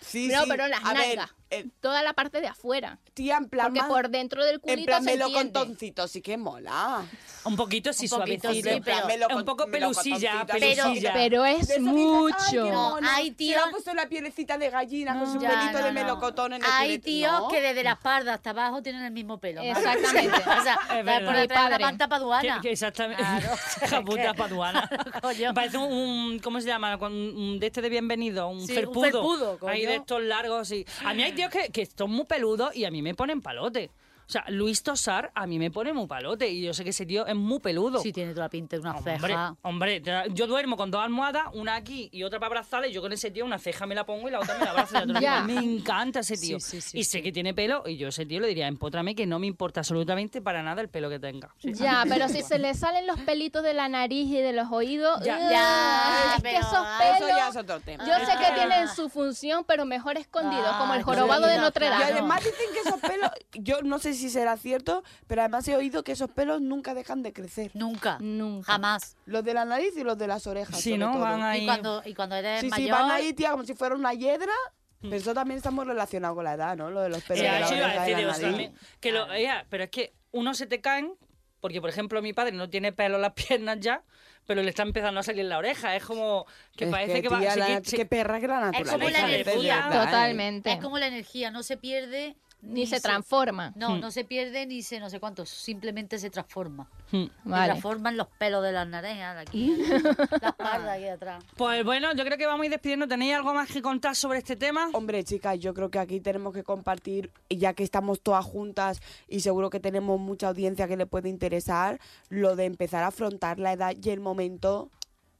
[SPEAKER 4] Sí,
[SPEAKER 3] No,
[SPEAKER 4] eh, sí,
[SPEAKER 3] pero las
[SPEAKER 4] a ver,
[SPEAKER 3] nalgas.
[SPEAKER 4] eh,
[SPEAKER 3] toda la parte de afuera.
[SPEAKER 4] tía, en plan.
[SPEAKER 3] Porque
[SPEAKER 4] más-
[SPEAKER 3] por dentro del culito
[SPEAKER 4] en plan
[SPEAKER 3] se entiende.
[SPEAKER 4] melocotoncito, sí que mola.
[SPEAKER 2] Un poquito sí,
[SPEAKER 5] Un poquito,
[SPEAKER 2] suavecito.
[SPEAKER 5] sí, pero-
[SPEAKER 4] meloco-
[SPEAKER 2] un poco pelusilla,
[SPEAKER 4] melocotoncito,
[SPEAKER 2] pelusilla.
[SPEAKER 3] Pero
[SPEAKER 4] De
[SPEAKER 3] es
[SPEAKER 4] eso dices, "Ay, qué
[SPEAKER 3] mucho.
[SPEAKER 5] No,
[SPEAKER 4] mona,
[SPEAKER 5] hay
[SPEAKER 4] Se le
[SPEAKER 5] tíos-
[SPEAKER 4] ha puesto la pielecita de gallina con
[SPEAKER 3] No,
[SPEAKER 4] su
[SPEAKER 5] ya,
[SPEAKER 4] pelito
[SPEAKER 5] no,
[SPEAKER 4] de
[SPEAKER 5] no.
[SPEAKER 4] melocotón en el
[SPEAKER 5] Hay
[SPEAKER 4] culete.
[SPEAKER 5] tíos
[SPEAKER 4] No.
[SPEAKER 5] que desde la espalda hasta abajo tienen el mismo pelo. madre.
[SPEAKER 3] Exactamente.
[SPEAKER 5] o sea,
[SPEAKER 2] Es
[SPEAKER 5] va
[SPEAKER 2] verdad.
[SPEAKER 5] por
[SPEAKER 3] Mi
[SPEAKER 5] detrás de la
[SPEAKER 3] padre.
[SPEAKER 5] manta paduana.
[SPEAKER 2] Que- que exactamente.
[SPEAKER 5] Claro.
[SPEAKER 2] Hija puta paduana.
[SPEAKER 5] Coño.
[SPEAKER 2] Me parece un, un- ¿Cómo se llama? Con Un, de este de bienvenido, un
[SPEAKER 5] Sí, un
[SPEAKER 2] felpudo.
[SPEAKER 5] felpudo, coño.
[SPEAKER 2] Hay de estos largos. Y... A mí hay tíos que, que son muy peludos y a mí me ponen palote. O sea, Luis Tosar a mí me pone muy palote y yo sé que ese tío es muy peludo.
[SPEAKER 5] Sí, tiene toda la pinta de una
[SPEAKER 2] Hombre,
[SPEAKER 5] ceja.
[SPEAKER 2] hombre, te- yo duermo con dos almohadas, una aquí y otra para abrazarle. y Yo con ese tío una ceja me la pongo y la otra me la abrazo. y la otra
[SPEAKER 3] Ya.
[SPEAKER 2] me la- Me encanta ese
[SPEAKER 5] Sí,
[SPEAKER 2] tío.
[SPEAKER 5] sí, sí,
[SPEAKER 2] y sé que tiene pelo y yo a ese tío le diría, empótrame que no me importa absolutamente para nada el pelo que tenga. Sí.
[SPEAKER 3] Ya, pero si se le salen los pelitos de la nariz y de los oídos,
[SPEAKER 2] Ya.
[SPEAKER 3] ¡ugh!
[SPEAKER 5] Ya,
[SPEAKER 3] es que
[SPEAKER 5] pero-
[SPEAKER 3] esos
[SPEAKER 4] Eso Ah. ya
[SPEAKER 3] pelos,
[SPEAKER 4] es otro tema.
[SPEAKER 3] yo sé que tienen su función, pero mejor escondidos,
[SPEAKER 5] Ah,
[SPEAKER 3] como el
[SPEAKER 5] es
[SPEAKER 3] jorobado de
[SPEAKER 5] verdad,
[SPEAKER 3] Notre
[SPEAKER 5] claro.
[SPEAKER 4] Y
[SPEAKER 3] Dame.
[SPEAKER 4] además dicen que esos pelos, yo no sé si será cierto, pero además he oído que esos pelos nunca dejan de crecer.
[SPEAKER 5] Nunca.
[SPEAKER 3] Nunca.
[SPEAKER 5] Jamás.
[SPEAKER 4] Los de la nariz y los de las orejas.
[SPEAKER 2] Si
[SPEAKER 4] sobre
[SPEAKER 2] no,
[SPEAKER 4] todo.
[SPEAKER 2] van ahí.
[SPEAKER 5] Y cuando, y cuando eres
[SPEAKER 4] Sí, sí,
[SPEAKER 5] mayor.
[SPEAKER 4] van ahí, tía, como si fuera una hiedra.
[SPEAKER 2] Mm.
[SPEAKER 4] Pero eso también está muy relacionado con la edad, ¿no? Lo de los pelos
[SPEAKER 2] Sí,
[SPEAKER 4] de la
[SPEAKER 2] eso iba a
[SPEAKER 4] oreja y
[SPEAKER 2] decir,
[SPEAKER 4] la
[SPEAKER 2] digo,
[SPEAKER 4] nariz.
[SPEAKER 2] también, que lo- ya, pero es que unos se te caen, porque por ejemplo mi padre no tiene pelo en las piernas ya, pero le está empezando a salir la oreja. Es como que
[SPEAKER 4] Es
[SPEAKER 2] parece que, va
[SPEAKER 4] tía,
[SPEAKER 2] se
[SPEAKER 4] la
[SPEAKER 2] qui-
[SPEAKER 4] nat-
[SPEAKER 2] se-
[SPEAKER 4] Qué perra que la
[SPEAKER 5] como
[SPEAKER 4] naturaleza.
[SPEAKER 5] la
[SPEAKER 4] es de
[SPEAKER 5] energía.
[SPEAKER 4] verdad, ¿eh?
[SPEAKER 3] Totalmente.
[SPEAKER 5] Es como la energía, no se pierde.
[SPEAKER 3] Ni se transforma.
[SPEAKER 5] No, no se pierde ni se no sé cuánto, simplemente se transforma.
[SPEAKER 2] Hmm.
[SPEAKER 5] Se
[SPEAKER 3] Vale.
[SPEAKER 5] transforman los pelos de las naranjas de aquí, la espalda aquí atrás.
[SPEAKER 2] Pues bueno, yo creo que vamos a ir despidiendo. ¿Tenéis algo más que contar sobre este tema?
[SPEAKER 4] Hombre, chicas, yo creo que aquí tenemos que compartir, ya que estamos todas juntas y seguro que tenemos mucha audiencia que le puede interesar, lo de empezar a afrontar la edad y el momento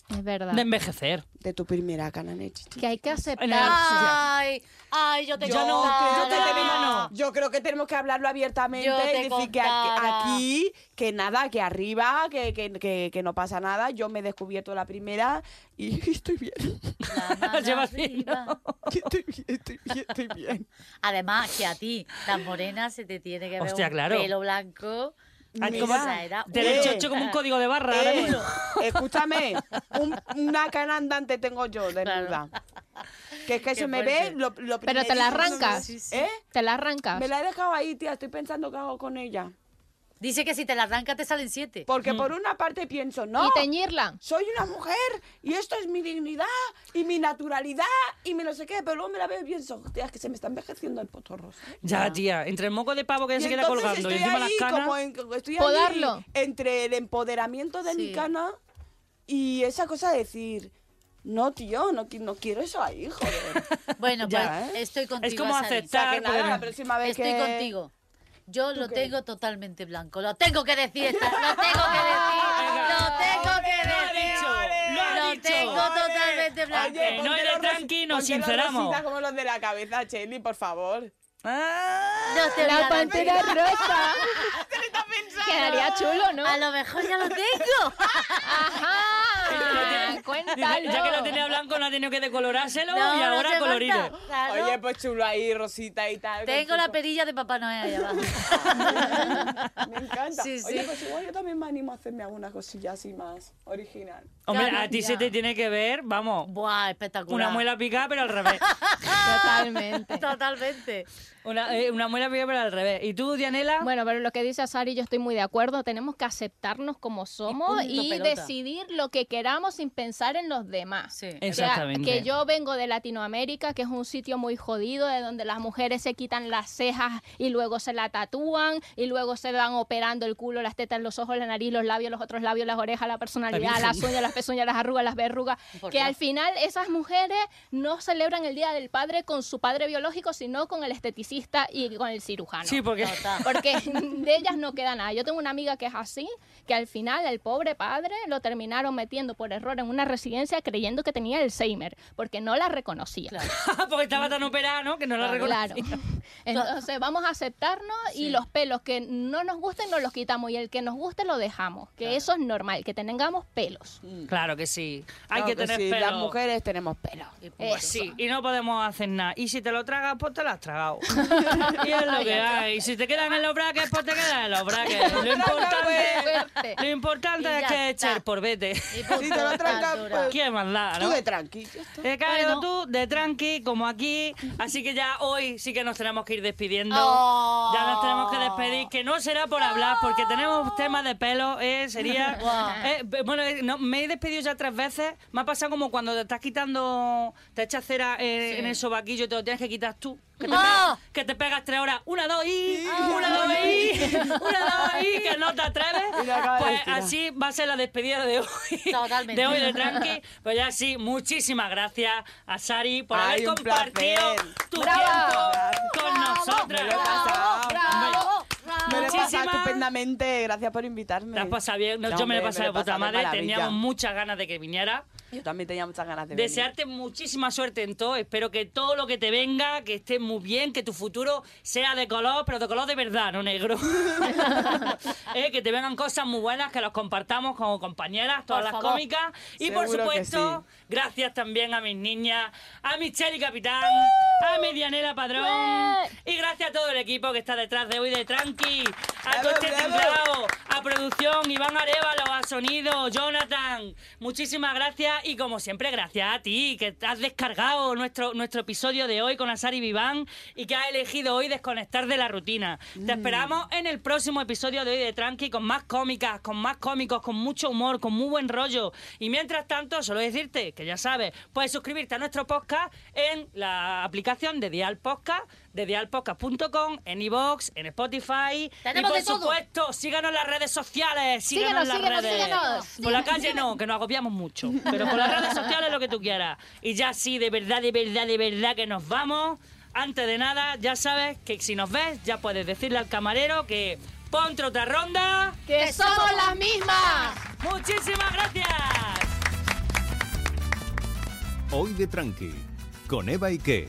[SPEAKER 3] Es verdad.
[SPEAKER 2] De envejecer.
[SPEAKER 4] de tu primera canané, chichi.
[SPEAKER 3] Que hay que
[SPEAKER 2] En el-
[SPEAKER 3] aceptar.
[SPEAKER 5] Ah. Ay, ay, yo te
[SPEAKER 2] Yo no,
[SPEAKER 5] contara.
[SPEAKER 2] yo te contara.
[SPEAKER 4] Yo creo que tenemos que hablarlo abiertamente
[SPEAKER 5] Yo te
[SPEAKER 4] y decir que
[SPEAKER 5] contara.
[SPEAKER 4] aquí, que nada, que arriba, que, que, que, que no pasa nada. Yo me he descubierto la primera y estoy bien.
[SPEAKER 5] La mano
[SPEAKER 2] Lleva
[SPEAKER 5] arriba.
[SPEAKER 4] Estoy bien, estoy bien, estoy bien.
[SPEAKER 5] Además, que a ti, tan morena, se te tiene que ver
[SPEAKER 2] Hostia,
[SPEAKER 5] un
[SPEAKER 2] claro.
[SPEAKER 5] pelo blanco.
[SPEAKER 2] Ah,
[SPEAKER 5] de
[SPEAKER 2] como-
[SPEAKER 5] esa edad.
[SPEAKER 2] Te lo
[SPEAKER 4] Eh.
[SPEAKER 2] he hecho hecho como un código de barra. ahora
[SPEAKER 4] Eh,
[SPEAKER 2] mismo.
[SPEAKER 4] escúchame, un- una cana andante tengo yo, desnuda. Que es que se me
[SPEAKER 5] fuerte.
[SPEAKER 4] ve lo, lo
[SPEAKER 3] Pero te la
[SPEAKER 4] primerito que
[SPEAKER 3] arrancas.
[SPEAKER 4] se me- ¿Eh?
[SPEAKER 3] Te la arrancas.
[SPEAKER 4] Me la he dejado ahí, tía. Estoy pensando qué hago con ella.
[SPEAKER 5] Dice que si te la arranca te salen siete.
[SPEAKER 4] Porque por una parte pienso, no,
[SPEAKER 3] Y teñirla.
[SPEAKER 4] soy una mujer y esto es mi dignidad y mi naturalidad y mi no sé qué. Pero luego me la veo y pienso, tía, es que se me está envejeciendo el potorro.
[SPEAKER 2] Ya, tía. Entre el moco de pavo que ya
[SPEAKER 4] Y
[SPEAKER 2] se queda
[SPEAKER 4] entonces
[SPEAKER 2] colgando y
[SPEAKER 4] estoy
[SPEAKER 2] encima las
[SPEAKER 4] ahí
[SPEAKER 2] canas.
[SPEAKER 4] como en- estoy ahí
[SPEAKER 3] Podarlo.
[SPEAKER 4] entre el empoderamiento de mi
[SPEAKER 5] Sí.
[SPEAKER 4] cana y esa cosa de decir, no, tío, no, qui- no quiero eso ahí, joder.
[SPEAKER 5] Bueno,
[SPEAKER 4] Ya,
[SPEAKER 5] pues
[SPEAKER 4] ¿eh?
[SPEAKER 5] estoy contigo.
[SPEAKER 2] Es como
[SPEAKER 5] Sari.
[SPEAKER 4] o sea,
[SPEAKER 2] aceptar.
[SPEAKER 4] que nada,
[SPEAKER 2] pero-
[SPEAKER 4] la próxima vez
[SPEAKER 5] Estoy
[SPEAKER 4] que...
[SPEAKER 5] contigo. Yo lo tengo totalmente blanco. Lo tengo que decir. esta- Lo tengo que decir. Lo tengo que
[SPEAKER 2] Lo ha
[SPEAKER 5] decir.
[SPEAKER 2] dicho, lo ha
[SPEAKER 5] Lo
[SPEAKER 2] dicho.
[SPEAKER 5] tengo totalmente blanco.
[SPEAKER 2] Oye, no eres tranqui, nos sinceramos.
[SPEAKER 4] como los de la cabeza, Cheli, por favor.
[SPEAKER 2] Ah.
[SPEAKER 5] No te voy
[SPEAKER 3] La
[SPEAKER 5] a
[SPEAKER 3] pantera
[SPEAKER 5] decir.
[SPEAKER 3] rosa. Quedaría chulo, ¿no?
[SPEAKER 5] A lo mejor ya lo tengo.
[SPEAKER 3] Ajá.
[SPEAKER 2] Dice,
[SPEAKER 3] Cuéntalo.
[SPEAKER 2] Ya que lo tenía blanco, no ha tenido que decolorárselo
[SPEAKER 5] No,
[SPEAKER 2] y
[SPEAKER 5] no
[SPEAKER 2] ahora
[SPEAKER 5] hace
[SPEAKER 2] colorido.
[SPEAKER 5] falta. Claro.
[SPEAKER 4] Oye, pues chulo ahí, Rosita y tal.
[SPEAKER 5] tengo
[SPEAKER 4] con
[SPEAKER 5] la
[SPEAKER 4] tu-
[SPEAKER 5] perilla de Papá Noel ahí abajo.
[SPEAKER 4] Me encanta.
[SPEAKER 5] Sí,
[SPEAKER 4] Oye,
[SPEAKER 5] sí.
[SPEAKER 4] pues igual yo también me animo a hacerme alguna cosilla así más original.
[SPEAKER 2] Hombre,
[SPEAKER 5] Claro,
[SPEAKER 2] a ti
[SPEAKER 5] ya.
[SPEAKER 2] se te tiene que ver, vamos,
[SPEAKER 5] Buah, espectacular.
[SPEAKER 2] una muela picada, pero al revés.
[SPEAKER 3] Totalmente.
[SPEAKER 5] Ah. Totalmente.
[SPEAKER 2] Una, eh, una muela picada, pero al revés. ¿Y tú, Dianela?
[SPEAKER 3] Bueno, pero lo que dice Sari, yo estoy muy de acuerdo. Tenemos que aceptarnos como somos
[SPEAKER 5] punto,
[SPEAKER 3] y,
[SPEAKER 5] pelota.
[SPEAKER 3] decidir lo que queramos sin pensar en los demás.
[SPEAKER 5] Sí.
[SPEAKER 3] O sea,
[SPEAKER 2] Exactamente.
[SPEAKER 3] que yo vengo de Latinoamérica, que es un sitio muy jodido, de donde las mujeres se quitan las cejas y luego se la tatúan y luego se van operando el culo, las tetas, los ojos, la nariz, los labios, los otros labios, las orejas, la personalidad,
[SPEAKER 2] virgen.
[SPEAKER 3] las uñas, las pezuñas, las arrugas, las verrugas.
[SPEAKER 5] Por
[SPEAKER 3] Que
[SPEAKER 5] Dios.
[SPEAKER 3] al final esas mujeres no celebran el Día del Padre con su padre biológico, sino con el esteticista y con el cirujano.
[SPEAKER 2] sí, porque...
[SPEAKER 5] Total.
[SPEAKER 3] Porque de ellas no queda nada. Yo tengo una amiga que es así, que al final el pobre padre lo terminaron metiendo por error en una residencia creyendo que tenía Alzheimer, porque no la reconocía.
[SPEAKER 5] Claro.
[SPEAKER 2] porque estaba tan operada, ¿no? Que no la reconozco.
[SPEAKER 3] Claro. Entonces vamos a aceptarnos
[SPEAKER 5] Sí.
[SPEAKER 3] y los pelos que no nos gusten nos los quitamos y el que nos guste lo dejamos, que eso es normal, que tengamos pelos.
[SPEAKER 2] Claro que sí. Hay
[SPEAKER 4] Claro
[SPEAKER 2] que tener
[SPEAKER 4] sí,
[SPEAKER 2] pelo.
[SPEAKER 4] Las mujeres tenemos pelo.
[SPEAKER 5] Y punto.
[SPEAKER 2] Pues sí, y no podemos hacer nada. Y si te lo tragas, pues te lo has tragado. y es lo que hay. Y si te quedan en los braques, pues te quedan en los braques. Lo importante,
[SPEAKER 3] Suerte.
[SPEAKER 2] lo
[SPEAKER 5] Y
[SPEAKER 2] importante es
[SPEAKER 5] ya
[SPEAKER 2] que
[SPEAKER 5] está.
[SPEAKER 2] echar por vete.
[SPEAKER 5] Y punto,
[SPEAKER 4] Si te lo trancas,
[SPEAKER 5] Pandora.
[SPEAKER 4] pues-
[SPEAKER 2] ¿Qué más da,
[SPEAKER 4] Tú
[SPEAKER 2] no?
[SPEAKER 4] de tranqui. ya está.
[SPEAKER 2] Te caigo
[SPEAKER 5] Bueno.
[SPEAKER 2] Eh, tú de tranqui, como aquí. Así que ya hoy sí que nos tenemos que ir despidiendo.
[SPEAKER 5] Oh.
[SPEAKER 2] Ya nos tenemos que despedir, que no será por hablar, porque tenemos temas de pelo, eh, sería...
[SPEAKER 5] Guau.
[SPEAKER 2] Eh, b- bueno, eh, no, me he despedido ya tres veces. Me ha pasado como cuando te estás quitando, te echas cera eh, en el sobaquillo y te lo tienes que quitar tú. Que te,
[SPEAKER 5] ¡No!
[SPEAKER 2] pegas, que te pegas tres horas. Una, dos y... Una, dos y... Una, dos y... Que no te atreves.
[SPEAKER 4] Y lo acabas de
[SPEAKER 2] Pues
[SPEAKER 4] estirar.
[SPEAKER 2] así va a ser la despedida de hoy.
[SPEAKER 5] Totalmente.
[SPEAKER 2] De hoy de Tranqui. Pues ya sí, muchísimas gracias a Sari por
[SPEAKER 4] Ay,
[SPEAKER 2] haber
[SPEAKER 4] un
[SPEAKER 2] compartido
[SPEAKER 4] placer.
[SPEAKER 2] tu
[SPEAKER 4] Bravo.
[SPEAKER 2] tiempo con nosotras.
[SPEAKER 4] Me lo he pasado.
[SPEAKER 5] Bravo,
[SPEAKER 4] Me lo he
[SPEAKER 5] bravo.
[SPEAKER 4] pasado
[SPEAKER 2] Muchísimas-
[SPEAKER 4] estupendamente. Gracias por invitarme.
[SPEAKER 2] ¿Te has pasado bien? No,
[SPEAKER 4] No,
[SPEAKER 2] yo me lo he
[SPEAKER 4] hombre,
[SPEAKER 2] pasado de puta madre.
[SPEAKER 4] maravilla.
[SPEAKER 2] Teníamos muchas ganas de que viniera.
[SPEAKER 4] Yo también tenía muchas ganas de venir.
[SPEAKER 2] Desearte muchísima suerte en todo. Espero que todo lo que te venga, que estés muy bien, que tu futuro sea de color, pero de color de verdad, no negro. Eh, que te vengan cosas muy buenas, que los compartamos como compañeras, todas las
[SPEAKER 5] Por favor.
[SPEAKER 2] cómicas. Y por
[SPEAKER 4] Seguro que
[SPEAKER 2] supuesto, gracias también a mis niñas, a Michelle y Capitán, a Medianela Padrón. Y gracias a todo el equipo que está detrás de hoy de Tranqui, a
[SPEAKER 4] Bravo,
[SPEAKER 2] Coche
[SPEAKER 4] bravo.
[SPEAKER 2] Templado, a producción, Iván Arevalo, a sonido, Jonathan. Muchísimas gracias y como siempre, gracias a ti que has descargado nuestro, nuestro episodio de hoy con Asari Viván y que has elegido hoy desconectar de la rutina. Te esperamos en el próximo episodio de hoy de Tranqui con más cómicas, con más cómicos, con mucho humor, con muy buen rollo. Y mientras tanto, solo decirte que ya sabes, puedes suscribirte a nuestro podcast en la aplicación de Dial Podcast, de dialpodcast.com, en iVoox, en Spotify.
[SPEAKER 5] Tenemos
[SPEAKER 2] y por
[SPEAKER 5] de todo.
[SPEAKER 2] supuesto, síganos en las redes sociales, síganos, en las
[SPEAKER 3] Síguenos,
[SPEAKER 2] redes.
[SPEAKER 3] síguenos, síguenos.
[SPEAKER 2] Por la calle no, que nos agobiamos mucho. Pero por las redes sociales lo que tú quieras. Y ya sí, de verdad, de verdad, de verdad que nos vamos. Antes de nada, ya sabes que si nos ves, ya puedes decirle al camarero que ponte otra ronda.
[SPEAKER 3] Que somos las mismas.
[SPEAKER 2] Muchísimas gracias.
[SPEAKER 1] Hoy de Tranqui, con Eva Ike.